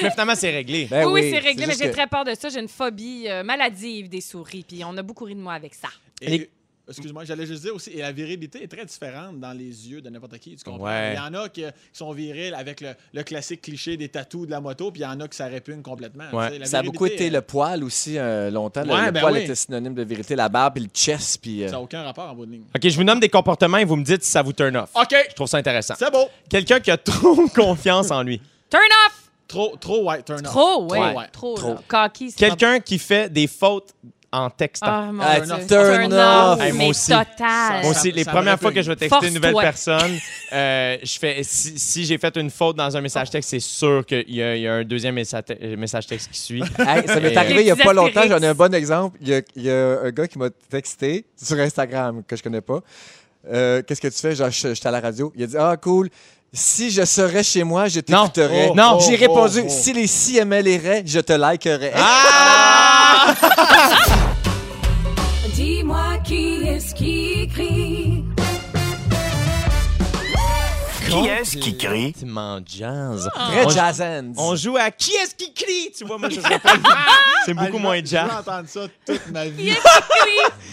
Speaker 2: Mais finalement, c'est réglé.
Speaker 3: Ben
Speaker 4: oui, oui, c'est réglé, mais
Speaker 3: juste
Speaker 4: j'ai
Speaker 3: que-
Speaker 4: très peur de ça. J'ai une phobie euh, maladive des souris, puis on a beaucoup ri de moi avec ça.
Speaker 5: Et-
Speaker 2: Et-
Speaker 5: Excuse-moi, j'allais juste dire aussi, et la virilité est très différente dans les yeux de n'importe qui, tu comprends?
Speaker 2: Ouais.
Speaker 5: Il y en a qui, qui sont virils avec le, le classique cliché des tatous de la moto, puis il y en a qui ça répugne complètement.
Speaker 2: Ouais.
Speaker 5: tu sais, la
Speaker 3: Ça a beaucoup
Speaker 5: virilité,
Speaker 3: été le poil aussi euh, longtemps. Le-
Speaker 5: Ouais,
Speaker 3: le
Speaker 5: ben
Speaker 3: poil
Speaker 5: oui.
Speaker 3: était synonyme de vérité, la barbe, puis le chest, puis. euh,
Speaker 5: euh, Ça n'a aucun rapport en bout de ligne.
Speaker 2: OK, je vous nomme des comportements et vous me dites si ça vous turn off.
Speaker 5: OK,
Speaker 2: Je trouve ça intéressant.
Speaker 5: c'est beau.
Speaker 2: Quelqu'un qui a trop confiance en lui.
Speaker 4: Turn off!
Speaker 5: Trop, trop white turn off.
Speaker 4: Trop, ouais.
Speaker 5: Trop, ouais.
Speaker 4: Trop,
Speaker 3: Trop.
Speaker 4: là. Cocky, c'est pas-
Speaker 2: Quelqu'un qui fait des fautes en textant.
Speaker 4: Ah, mon
Speaker 3: Ah,
Speaker 4: Dieu.
Speaker 3: turn
Speaker 4: Turn
Speaker 3: off.
Speaker 4: off,
Speaker 2: Hey, moi
Speaker 4: mais
Speaker 2: aussi.
Speaker 4: total.
Speaker 2: Moi
Speaker 5: Ça-
Speaker 2: aussi, les
Speaker 5: ça me
Speaker 2: premières fois
Speaker 5: répugne.
Speaker 2: que je vais texter une nouvelle
Speaker 4: Force-toi.
Speaker 2: personne, euh, je fais, si, si j'ai fait une faute dans un message texte, c'est sûr qu'il y, a- il y a un deuxième messa- euh, message texte qui suit.
Speaker 3: Hey, ça m'est
Speaker 2: Et- euh,
Speaker 3: arrivé il n'y a
Speaker 4: Des
Speaker 3: pas
Speaker 4: petits
Speaker 3: longtemps. J'en ai un
Speaker 4: astérix.
Speaker 3: bon exemple. Il y, a, il y a un gars qui m'a texté sur Instagram que je connais pas. Euh, Qu'est-ce que tu fais? Genre, je- J'étais à la radio. Il a dit Ah, cool. Si je serais chez moi, je
Speaker 2: Non.
Speaker 3: t'écouterais.
Speaker 2: Oh, Ah! non.
Speaker 3: J'ai
Speaker 5: oh,
Speaker 3: répondu
Speaker 5: oh.
Speaker 3: Si les CML iraient, je te likerais.
Speaker 8: Dis-moi qui est-ce qui écrit.
Speaker 1: Qui est-ce qui crie?
Speaker 2: Tu m'en jazzes.
Speaker 4: Ah.
Speaker 3: Très
Speaker 2: On-
Speaker 3: jazz hands.
Speaker 2: On joue à qui est-ce qui crie? Tu vois, moi, je serais pas- C'est beaucoup moins
Speaker 5: Je vais
Speaker 2: jazz.
Speaker 5: entendre ça toute ma vie.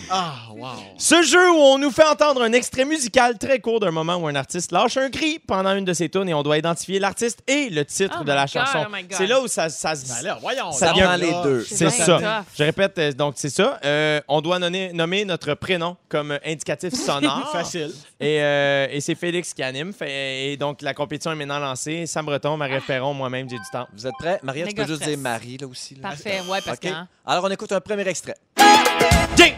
Speaker 5: Ah, wow.
Speaker 2: Ce jeu où on nous fait entendre un extrait musical très court d'un moment où un artiste lâche un cri pendant une de ses tunes et on doit identifier l'artiste et le titre
Speaker 4: Oh
Speaker 2: de la
Speaker 4: my God,
Speaker 2: chanson.
Speaker 4: oh my God.
Speaker 2: c'est là où ça, ça se
Speaker 5: Ben alors, voyons.
Speaker 2: Ça
Speaker 5: donc, Ah,
Speaker 2: vient
Speaker 5: là.
Speaker 3: les deux.
Speaker 2: C'est
Speaker 4: bien
Speaker 2: ça.
Speaker 4: tough.
Speaker 2: Je répète, euh, donc c'est ça. Euh, on doit nommer, nommer notre prénom comme indicatif sonore.
Speaker 5: Facile.
Speaker 2: Et, euh, et c'est Félix qui anime. Fait- et donc la compétition est maintenant lancée. Sam Breton, Marie
Speaker 4: Ah.
Speaker 2: Perron, moi-même, j'ai du temps.
Speaker 3: Vous êtes prêts? Maria, tu peux
Speaker 4: Méga
Speaker 3: juste
Speaker 4: stress.
Speaker 3: dire Marie, là aussi. Là.
Speaker 4: Parfait, ouais, parce
Speaker 3: OK.
Speaker 4: que... hein.
Speaker 3: Alors, on écoute un premier extrait.
Speaker 2: Jay!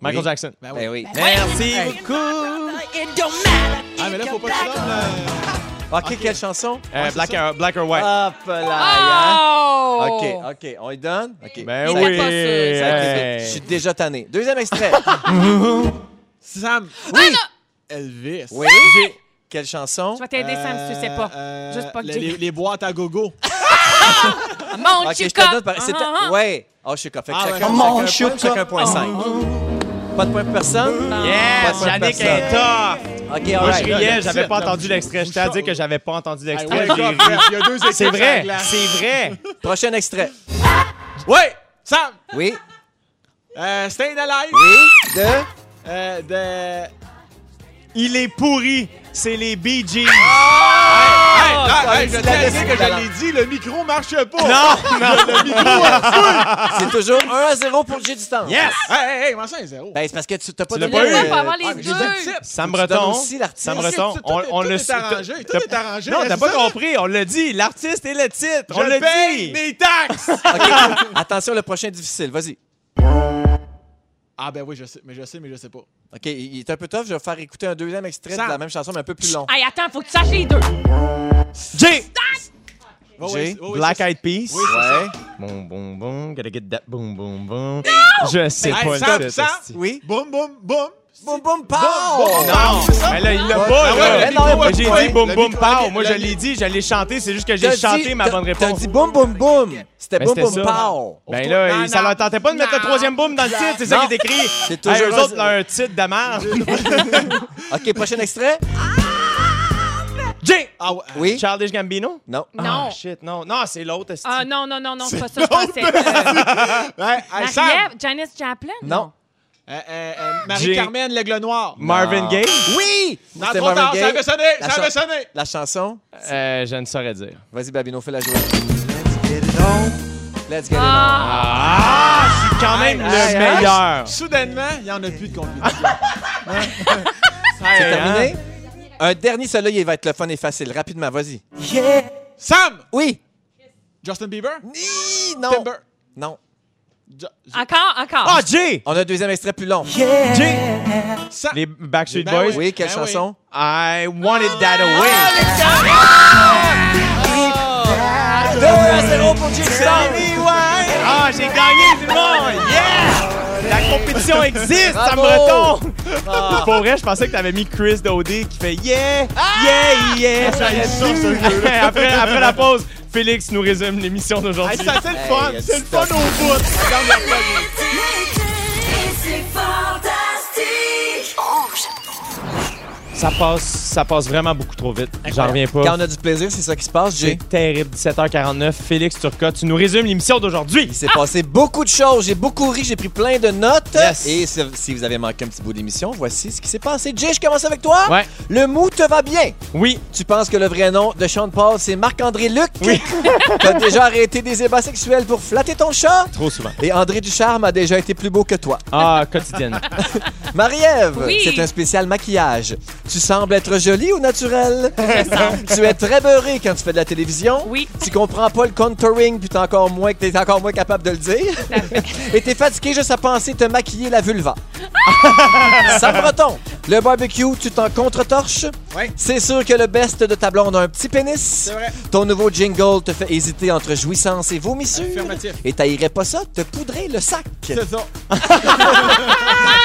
Speaker 2: Michael
Speaker 3: Oui.
Speaker 2: Jackson.
Speaker 5: Ben
Speaker 3: Ben oui.
Speaker 2: Merci
Speaker 4: Euh,
Speaker 3: Hey.
Speaker 2: beaucoup.
Speaker 5: Ah, mais là, faut pas que tu donnes, euh,
Speaker 3: OK, quelle chanson?
Speaker 2: Euh, black, or, black or
Speaker 4: Ah.
Speaker 2: White.
Speaker 3: Hop là, hein?
Speaker 4: Oh!
Speaker 3: OK, OK. On y donne? OK.
Speaker 2: Ben
Speaker 4: Il
Speaker 2: oui.
Speaker 4: était pas sûr.
Speaker 3: Ça a été
Speaker 2: hey.
Speaker 3: vite. Je suis déjà tanné. Deuxième extrait.
Speaker 5: euh, Sam. Elvis.
Speaker 3: Oui. Quelle chanson?
Speaker 4: Je vais t'aider, Sam, si tu sais pas.
Speaker 5: Euh,
Speaker 4: Juste pas que
Speaker 5: les,
Speaker 4: j'ai- Ah,
Speaker 5: les- les boîtes à gogo.
Speaker 4: Mon
Speaker 3: Ok, je te
Speaker 4: Chica!
Speaker 3: donne par- C'était...
Speaker 4: Ah, ah, ah.
Speaker 3: Ouais. Oh, Chica. Fait que
Speaker 5: Ah,
Speaker 3: chacun,
Speaker 5: ouais.
Speaker 3: chacun, un point, chacun un point cinq. Pas de point pour personne? Pas de
Speaker 2: Yes,
Speaker 3: point pour
Speaker 2: Yannick
Speaker 3: personne.
Speaker 2: est tough.
Speaker 3: OK, all
Speaker 2: Ah. Moi, je
Speaker 3: right.
Speaker 2: riais, j'avais pas
Speaker 5: Non,
Speaker 2: entendu l'extrait. Je t'ai dit que j'avais pas
Speaker 3: Ah
Speaker 2: entendu
Speaker 5: Hey,
Speaker 2: l'extrait.
Speaker 5: World Cup,
Speaker 2: J'ai-
Speaker 5: bref, il y a deux équipes
Speaker 2: C'est
Speaker 5: sur la
Speaker 2: vrai,
Speaker 5: glace.
Speaker 2: c'est vrai.
Speaker 3: Prochain extrait.
Speaker 5: Ouais! Sam!
Speaker 3: Oui.
Speaker 5: Euh, Stayin' Alive!
Speaker 1: Hein?
Speaker 3: Oui. De...
Speaker 5: Euh, de...
Speaker 2: Il est pourri. C'est les Bee Gees.
Speaker 3: Ah.
Speaker 5: Hey, non,
Speaker 3: ça,
Speaker 5: ah, hey, je
Speaker 3: c'est
Speaker 5: tiens
Speaker 3: la
Speaker 5: à dire que
Speaker 3: décision.
Speaker 5: je l'ai dit, le micro marche pas!
Speaker 2: Non, non.
Speaker 3: C'est toujours 1 à 0 pour J du temps.
Speaker 2: Yes.
Speaker 5: Hey, hey, hey, moi, c'est un zéro. Ah,
Speaker 3: Ben, c'est parce que tu t'as pas
Speaker 2: Tu
Speaker 3: donné...
Speaker 2: l'as pas eu.
Speaker 3: euh,
Speaker 4: Ouais, faut avoir les
Speaker 3: ah, j'ai
Speaker 4: deux.
Speaker 3: dit-
Speaker 5: Tips.
Speaker 2: Sam
Speaker 3: Tu donnes
Speaker 2: Breton.
Speaker 3: aussi l'artiste.
Speaker 2: Sam
Speaker 5: Parce que
Speaker 2: Breton,
Speaker 5: tout-
Speaker 2: on,
Speaker 5: tout-
Speaker 2: on
Speaker 5: tout
Speaker 2: le
Speaker 5: est arrangé, tout
Speaker 2: t'as-
Speaker 5: est arrangé,
Speaker 2: Non,
Speaker 5: hein,
Speaker 2: t'as
Speaker 5: c'est
Speaker 2: pas
Speaker 5: ça?
Speaker 2: compris. On l'a dit. L'artiste et le titre.
Speaker 5: Je
Speaker 2: on l'a
Speaker 5: paye
Speaker 2: dit.
Speaker 5: mes taxes!
Speaker 3: OK. Attention, le prochain difficile. Vas-y.
Speaker 5: ah ben oui, je sais, mais je sais, mais je sais pas.
Speaker 3: OK, il il est un peu tough. Je vais faire écouter un deuxième extrait
Speaker 5: Sam.
Speaker 3: de la même chanson, mais un peu plus long.
Speaker 4: Hey, attends, faut que tu saches les deux.
Speaker 2: J.
Speaker 5: Oh,
Speaker 3: Jay,
Speaker 5: oui, oui, oui,
Speaker 2: Black
Speaker 5: c'est-
Speaker 2: Eyed Peas.
Speaker 5: Oui, c'est ça.
Speaker 2: Boum, boum, boum. Gotta get that boom, boom, boom. Je sais
Speaker 5: Hey,
Speaker 2: pas
Speaker 5: Sam,
Speaker 2: le titre.
Speaker 5: Sam.
Speaker 2: esti.
Speaker 3: Oui.
Speaker 5: Boum, boum, boum.
Speaker 3: Boum, boum, pow!
Speaker 2: Non, mais là, il l'a pas,
Speaker 5: Ah ouais,
Speaker 2: là.
Speaker 5: le micro a
Speaker 2: Mais J'ai
Speaker 5: coupé.
Speaker 2: dit boum
Speaker 5: Le
Speaker 2: boum
Speaker 5: micro-
Speaker 2: pow.
Speaker 5: ok,
Speaker 2: Moi,
Speaker 5: le
Speaker 2: je
Speaker 5: mi-
Speaker 2: l'ai dit, je l'ai chanté. C'est juste que
Speaker 3: T'as
Speaker 2: j'ai chanté
Speaker 3: dit-
Speaker 2: ma
Speaker 3: t'as-
Speaker 2: bonne
Speaker 3: T'as
Speaker 2: réponse.
Speaker 3: dit boum, boum, boum. C'était
Speaker 2: Ben,
Speaker 3: boum,
Speaker 2: c'était
Speaker 3: boum,
Speaker 2: ça.
Speaker 3: pow.
Speaker 2: Ben là,
Speaker 4: Non,
Speaker 2: ça
Speaker 4: non.
Speaker 2: leur tentait pas de mettre le
Speaker 4: Non.
Speaker 2: troisième boom dans le titre, c'est ça qui est écrit.
Speaker 3: C'est
Speaker 2: Hey, eux
Speaker 3: toujours-
Speaker 2: autres, leur titre de merde.
Speaker 3: OK, prochain extrait.
Speaker 2: Jay!
Speaker 5: Ah ouais.
Speaker 3: Oui?
Speaker 2: Childish Gambino?
Speaker 3: Non.
Speaker 2: Ah,
Speaker 4: Non.
Speaker 2: shit, non. Non, c'est l'autre. esti.
Speaker 4: Ah non, non, non, non, c'est pas ça que je pensais. Euh,
Speaker 5: Ouais, hey, Sam,
Speaker 4: Marie-Ève, Janice Joplin?
Speaker 3: Non.
Speaker 5: euh, euh, euh,
Speaker 2: J'ai-
Speaker 5: Marie-Carmen L'Aigle Noir.
Speaker 2: Marvin Gaye?
Speaker 3: Oui!
Speaker 5: Non,
Speaker 3: C'était
Speaker 5: trop
Speaker 3: Marvin
Speaker 5: tard,
Speaker 3: Gaye.
Speaker 5: ça avait sonné,
Speaker 3: La
Speaker 5: ça avait
Speaker 3: chan-
Speaker 5: sonné.
Speaker 3: La chanson.
Speaker 2: Euh, je ne saurais dire.
Speaker 3: Vas-y, Babino, fais la jouer. Let's get it on. Let's get it on.
Speaker 4: Ah,
Speaker 2: Ah! Je suis quand même
Speaker 3: aïe,
Speaker 2: le
Speaker 3: aïe.
Speaker 2: meilleur.
Speaker 5: Soudainement, il n'y en a plus de compétition.
Speaker 2: C'est
Speaker 3: Terminé? Un dernier, celui-là, il va être le fun et facile. Rapidement, vas-y.
Speaker 5: Sam!
Speaker 3: Oui!
Speaker 5: Justin Bieber?
Speaker 3: Ni- Non!
Speaker 5: Timber?
Speaker 3: Non.
Speaker 5: Jo- Jo-
Speaker 4: Encore, encore.
Speaker 2: Ah, Jay!
Speaker 3: On a un deuxième extrait plus long.
Speaker 2: Jay!
Speaker 5: Sam.
Speaker 2: Les Backstreet
Speaker 5: Ben
Speaker 2: Boys?
Speaker 3: Oui, quelle
Speaker 5: Ben oui.
Speaker 3: chanson?
Speaker 2: I wanted
Speaker 3: Oh,
Speaker 2: that away.
Speaker 3: oh,
Speaker 5: Oh.
Speaker 3: Deux à zéro pour Jay
Speaker 2: Tell
Speaker 3: Sam.
Speaker 2: me why. Ah, j'ai gagné du monde! Yeah! La compétition existe, ça me
Speaker 3: Bravo. Ah.
Speaker 2: retombe! Pour vrai, je pensais que t'avais mis Chris Dodé qui fait Yeah!
Speaker 3: Ah!
Speaker 2: Yeah! Yeah!
Speaker 5: Ah,
Speaker 2: après, après la pause, Félix nous résume l'émission d'aujourd'hui.
Speaker 5: Hey, ça, c'est le fun!
Speaker 3: Hey,
Speaker 5: C'est le fun au
Speaker 3: stop.
Speaker 5: bout! Regarde la plaque.
Speaker 8: C'est fantastique. Rouge.
Speaker 2: Ça passe, ça passe vraiment beaucoup trop vite. J'en reviens
Speaker 3: Quand
Speaker 2: pas.
Speaker 3: on a du plaisir, c'est ça qui se passe, Jay.
Speaker 2: C'est terrible, 17h49. Félix Turcot, tu nous résumes l'émission d'aujourd'hui.
Speaker 3: Il s'est passé beaucoup de choses. J'ai beaucoup ri, j'ai pris plein de notes.
Speaker 2: Yes.
Speaker 3: Et si, si vous avez manqué un petit bout d'émission, voici ce qui s'est passé. Jay, je commence avec toi.
Speaker 2: Ouais.
Speaker 3: Le mou te va bien.
Speaker 2: Oui,
Speaker 3: Tu penses que le vrai nom de Sean Paul, c'est Marc-André Luc? T'as déjà arrêté des ébats sexuels pour flatter ton chat?
Speaker 2: trop souvent.
Speaker 3: Et André Ducharme a déjà été plus beau que toi.
Speaker 2: Ah, quotidienne.
Speaker 3: Marie-Ève,
Speaker 4: Oui.
Speaker 3: c'est un spécial maquillage. Tu sembles être jolie au naturel. tu es très beurrée quand tu fais de la télévision.
Speaker 4: Oui.
Speaker 3: Tu comprends pas le contouring, puis t'es encore moins, t'es encore moins capable de le dire. Et t'es fatigué juste à penser te maquiller la vulva. Ça breton. Le barbecue, tu t'en contre-torches.
Speaker 5: Ouais.
Speaker 3: C'est sûr que le best de ta blonde a un petit pénis.
Speaker 5: vrai.
Speaker 3: Ton nouveau jingle te fait hésiter entre jouissance et vomissure.
Speaker 5: Affirmatif.
Speaker 3: Et t'haïrais pas ça, te poudrer le sac.
Speaker 5: C'est ça.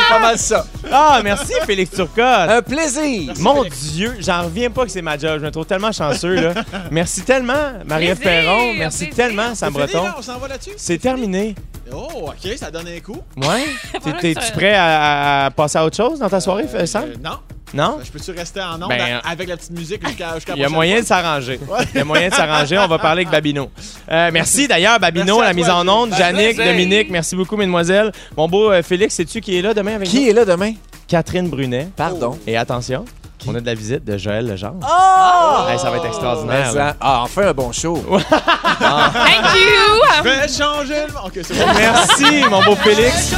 Speaker 3: pas mal ça.
Speaker 2: Ah, merci Félix Turcotte.
Speaker 3: Un plaisir.
Speaker 2: Mon Dieu, j'en reviens pas que c'est ma job. Je me trouve tellement chanceux, là. Merci tellement, Marie-Ève
Speaker 4: Plaisir,
Speaker 2: Perron. Merci
Speaker 4: plaisir.
Speaker 2: tellement, Sam
Speaker 5: C'est fini,
Speaker 2: Breton.
Speaker 5: là? On s'en va là-dessus?
Speaker 2: C'est terminé.
Speaker 5: Oh, OK, ça donne un coup.
Speaker 2: Ouais. T'es-
Speaker 4: Voilà,
Speaker 2: T'es-tu
Speaker 4: ça-
Speaker 2: prêt à, à passer à autre chose dans ta soirée,
Speaker 5: Euh,
Speaker 2: Sam?
Speaker 5: non.
Speaker 2: Non?
Speaker 5: Je peux-tu rester en onde
Speaker 2: Ben,
Speaker 5: a- avec la petite musique jusqu'à jusqu'à la
Speaker 2: Il y a
Speaker 5: prochaine
Speaker 2: moyen de s'arranger. Il y a moyen de s'arranger. On va parler avec Babino. Euh, merci d'ailleurs, Babino,
Speaker 5: Merci à
Speaker 2: la mise
Speaker 5: toi,
Speaker 2: en
Speaker 5: Gilles.
Speaker 2: onde.
Speaker 5: Ben,
Speaker 2: Jannick,
Speaker 5: plaisir.
Speaker 2: Dominique, merci beaucoup, mesdemoiselles. Mon beau euh, Félix, c'est-tu qui est là demain avec nous?
Speaker 3: Qui est là demain?
Speaker 2: Catherine Brunet.
Speaker 3: Pardon.
Speaker 2: Et attention, on a de la visite de Joël Legendre.
Speaker 3: Oh!
Speaker 2: Hey, ça va être
Speaker 3: Mais
Speaker 2: extraordinaire. là.
Speaker 3: ça- Ah, enfin un bon show.
Speaker 4: Thank you!
Speaker 5: fois. Fais changer le monde. OK, c'est bon.
Speaker 2: Merci, mon beau Félix.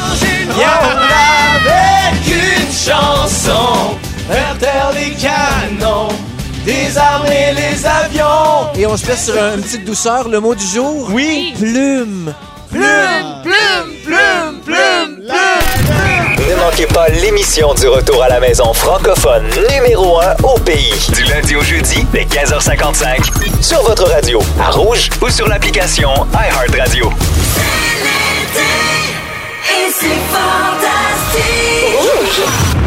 Speaker 3: Avec une chanson, vers terre les canons, désarmer les avions. Et on se laisse sur une petite douceur, le mot du jour.
Speaker 2: Oui.
Speaker 3: Plume.
Speaker 4: Plume, plume, plume, plume!
Speaker 1: Ne manquez pas l'émission du retour à la maison francophone numéro 1 au pays. Du lundi au jeudi, dès 15h55. Sur votre radio, à Rouge ou sur l'application iHeartRadio.
Speaker 8: Et c'est fantastique. Rouge.